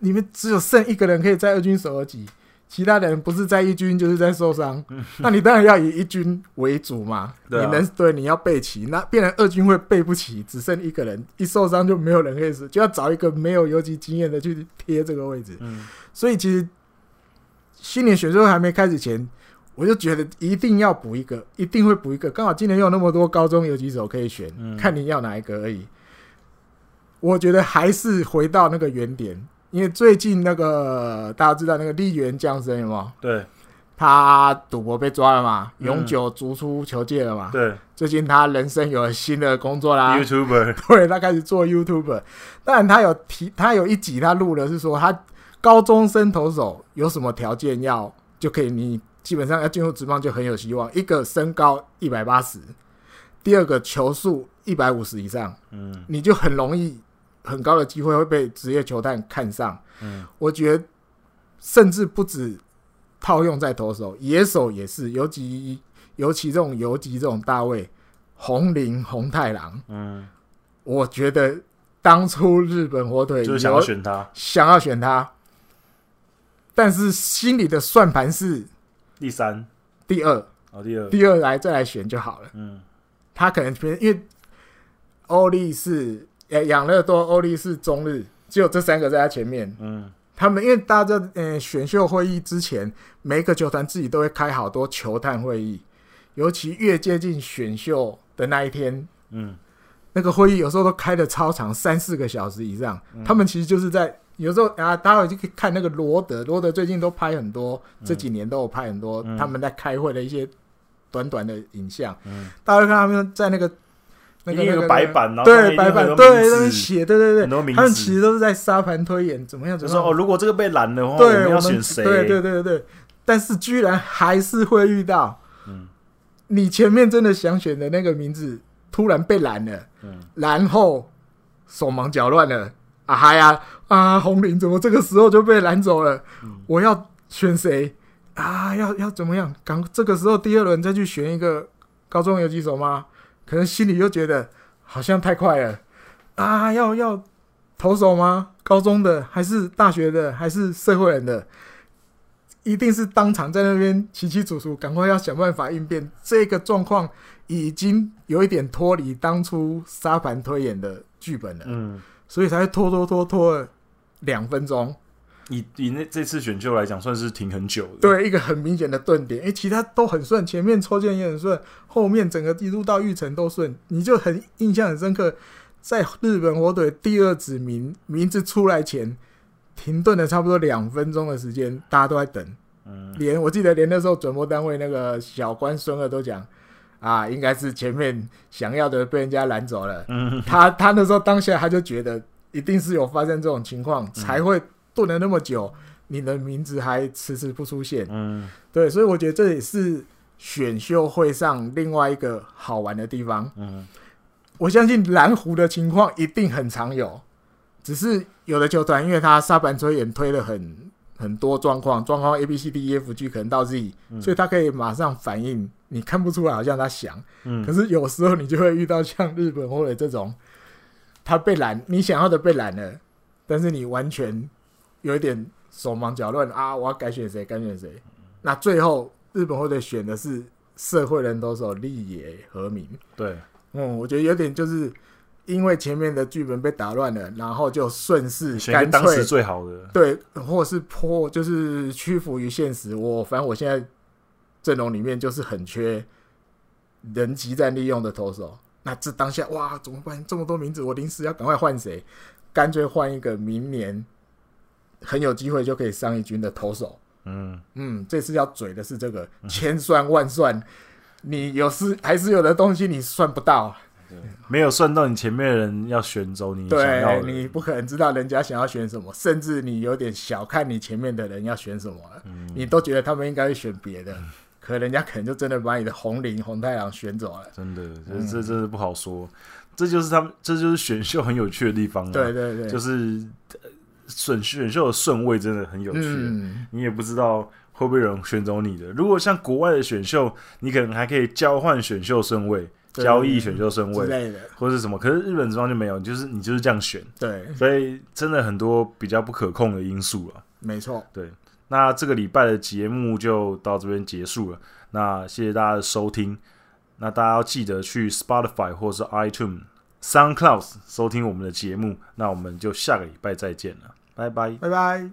里面只有剩一个人可以在二军守而已，其他的人不是在一军就是在受伤。
<laughs>
那你当然要以一军为主嘛，
对啊
你能对你要备齐，那变成二军会备不齐，只剩一个人，一受伤就没有人可以守，就要找一个没有游击经验的去贴这个位置。
嗯
所以其实新年选秀还没开始前，我就觉得一定要补一个，一定会补一个。刚好今年又有那么多高中有几首可以选，
嗯
看你要哪一个而已。我觉得还是回到那个原点，因为最近那个大家知道那个立原降生有没有？
对
他赌博被抓了嘛，
嗯
永久逐出球界了嘛。
对
最近他人生有了新的工作啦，
，YouTuber，
对他开始做 YouTuber，当然他有提，他有一集他录的是说他高中生投手有什么条件要就可以，你基本上要进入职棒就很有希望。一个身高一百八十，第二个球速一百五十以上，
嗯
你就很容易很高的机会会被职业球探看上。
嗯，
我觉得甚至不止套用在投手，野手也是，尤其尤其这种游击这种大卫红林红太狼。
嗯，
我觉得当初日本火腿
就是想要
有
选他
想要选他，但是心里的算盘是
第三，
第二，
哦，第二，
第二来再来选就好了。
嗯
他可能偏因为欧力是呃养乐多，欧力是中日，只有这三个在他前面。
嗯
他们因为大家呃选秀会议之前，每一个球团自己都会开好多球探会议，尤其越接近选秀的那一天，
嗯，
那个会议有时候都开的超长，三四个小时以上。
嗯
他们其实就是在有时候啊，大家有去看那个罗德，罗德最近都拍很多，这几年都有拍很多、
嗯
他们在开会的一些短短的影像。
嗯
大家会看他们在那个那
一
个
定
那
有个
个
白，板，然后上面
对
一定
白
会
板
有，
对那
名
边
字
写，对对
很多
对，
名
他们
字
其实都是在沙盘推演怎么样
就
怎么
说
样
哦，。如果这个被拦的话，
对，
们
我
要
们
选谁？
对对对对，但是居然还是会遇到
嗯
你前面真的想选的那个名字突然被拦了。
嗯
然后手忙脚乱了，啊嗨呀啊，红林怎么这个时候就被拦走了？
嗯
我要选谁啊？要要怎么样？赶这个时候第二轮再去选一个高中游击手吗？可能心里又觉得好像太快了啊！要要投手吗？高中的还是大学的还是社会人的？一定是当场在那边起起楚楚，赶快要想办法应变这个状况。已经有一点脱离当初沙盘推演的剧本了，
嗯，
所以才会拖拖拖拖了两分钟。
以以那这次选秀来讲，算是挺很久的。，
对，一个很明显的顿点，因为其他都很顺，前面抽签也很顺，后面整个一路到玉成都顺，你就很印象很深刻。在日本火腿第二指名名字出来前，停顿了差不多两分钟的时间，大家都在等。
嗯
连我记得连那时候转播单位那个小关孙二都讲，啊，应该是前面想要的被人家拦走了。
嗯
他他那时候当下他就觉得一定是有发生这种情
嗯
况，才会炖了那么久，你的名字还迟迟不出现。
嗯
对，所以我觉得这也是选秀会上另外一个好玩的地方。
嗯
我相信蓝湖的情况一定很常有，只是有的球团因为他沙盘推演推了很很多状况，状况 A B C D E F G 可能到 Z，、
嗯
所以他可以马上反应，你看不出来好像他想，可
嗯
是有时候你就会遇到像日本或者这种，他被拦，你想要的被拦了，但是你完全有一点手忙脚乱啊，我要该选谁该选谁。那最后日本后队选的是社会人投手立野和明，
对，
嗯，我觉得有点就是因为前面的剧本被打乱了，然后就顺势
选一
干
个当时
脆
最好的，
对，或是破就是屈服于现实。我反正我现在阵容里面就是很缺人极战利用的投手。那这当下哇，怎么办？这么多名字，我临时要赶快换谁？干脆换一个明年很有机会就可以上一军的投手。
嗯，
嗯，这次要嘴的是这个，千算万算，你有事还是有的东西你算不到，
没有算到你前面的人要选走你想要
对
的，
你不可能知道人家想要选什么，甚至你有点小看你前面的人要选什么了，
嗯
你都觉得他们应该会选别的，可人家可能就真的把你的红绫、红太狼选走了。
真的，这
嗯
这真的不好说，这就是他们，这就是选秀很有趣的地方、啊，
对，对对，
<laughs> 就是是呃选选秀的顺位真的很有趣，啊
嗯，
你也不知道会不会有人选走你的。如果像国外的选秀，你可能还可以交换选秀顺位、
对
交易选秀顺
之
位
类的，
或是什么，可是日本职棒就没有，就是你就是这样选，
对，
所以真的很多比较不可控的因素啊了、
没错，
那这个礼拜的节目就到这边结束了。那谢谢大家的收听。那大家要记得去 Spotify 或是 iTunes、SoundCloud 收听我们的节目。那我们就下个礼拜再见了，拜拜。
拜拜。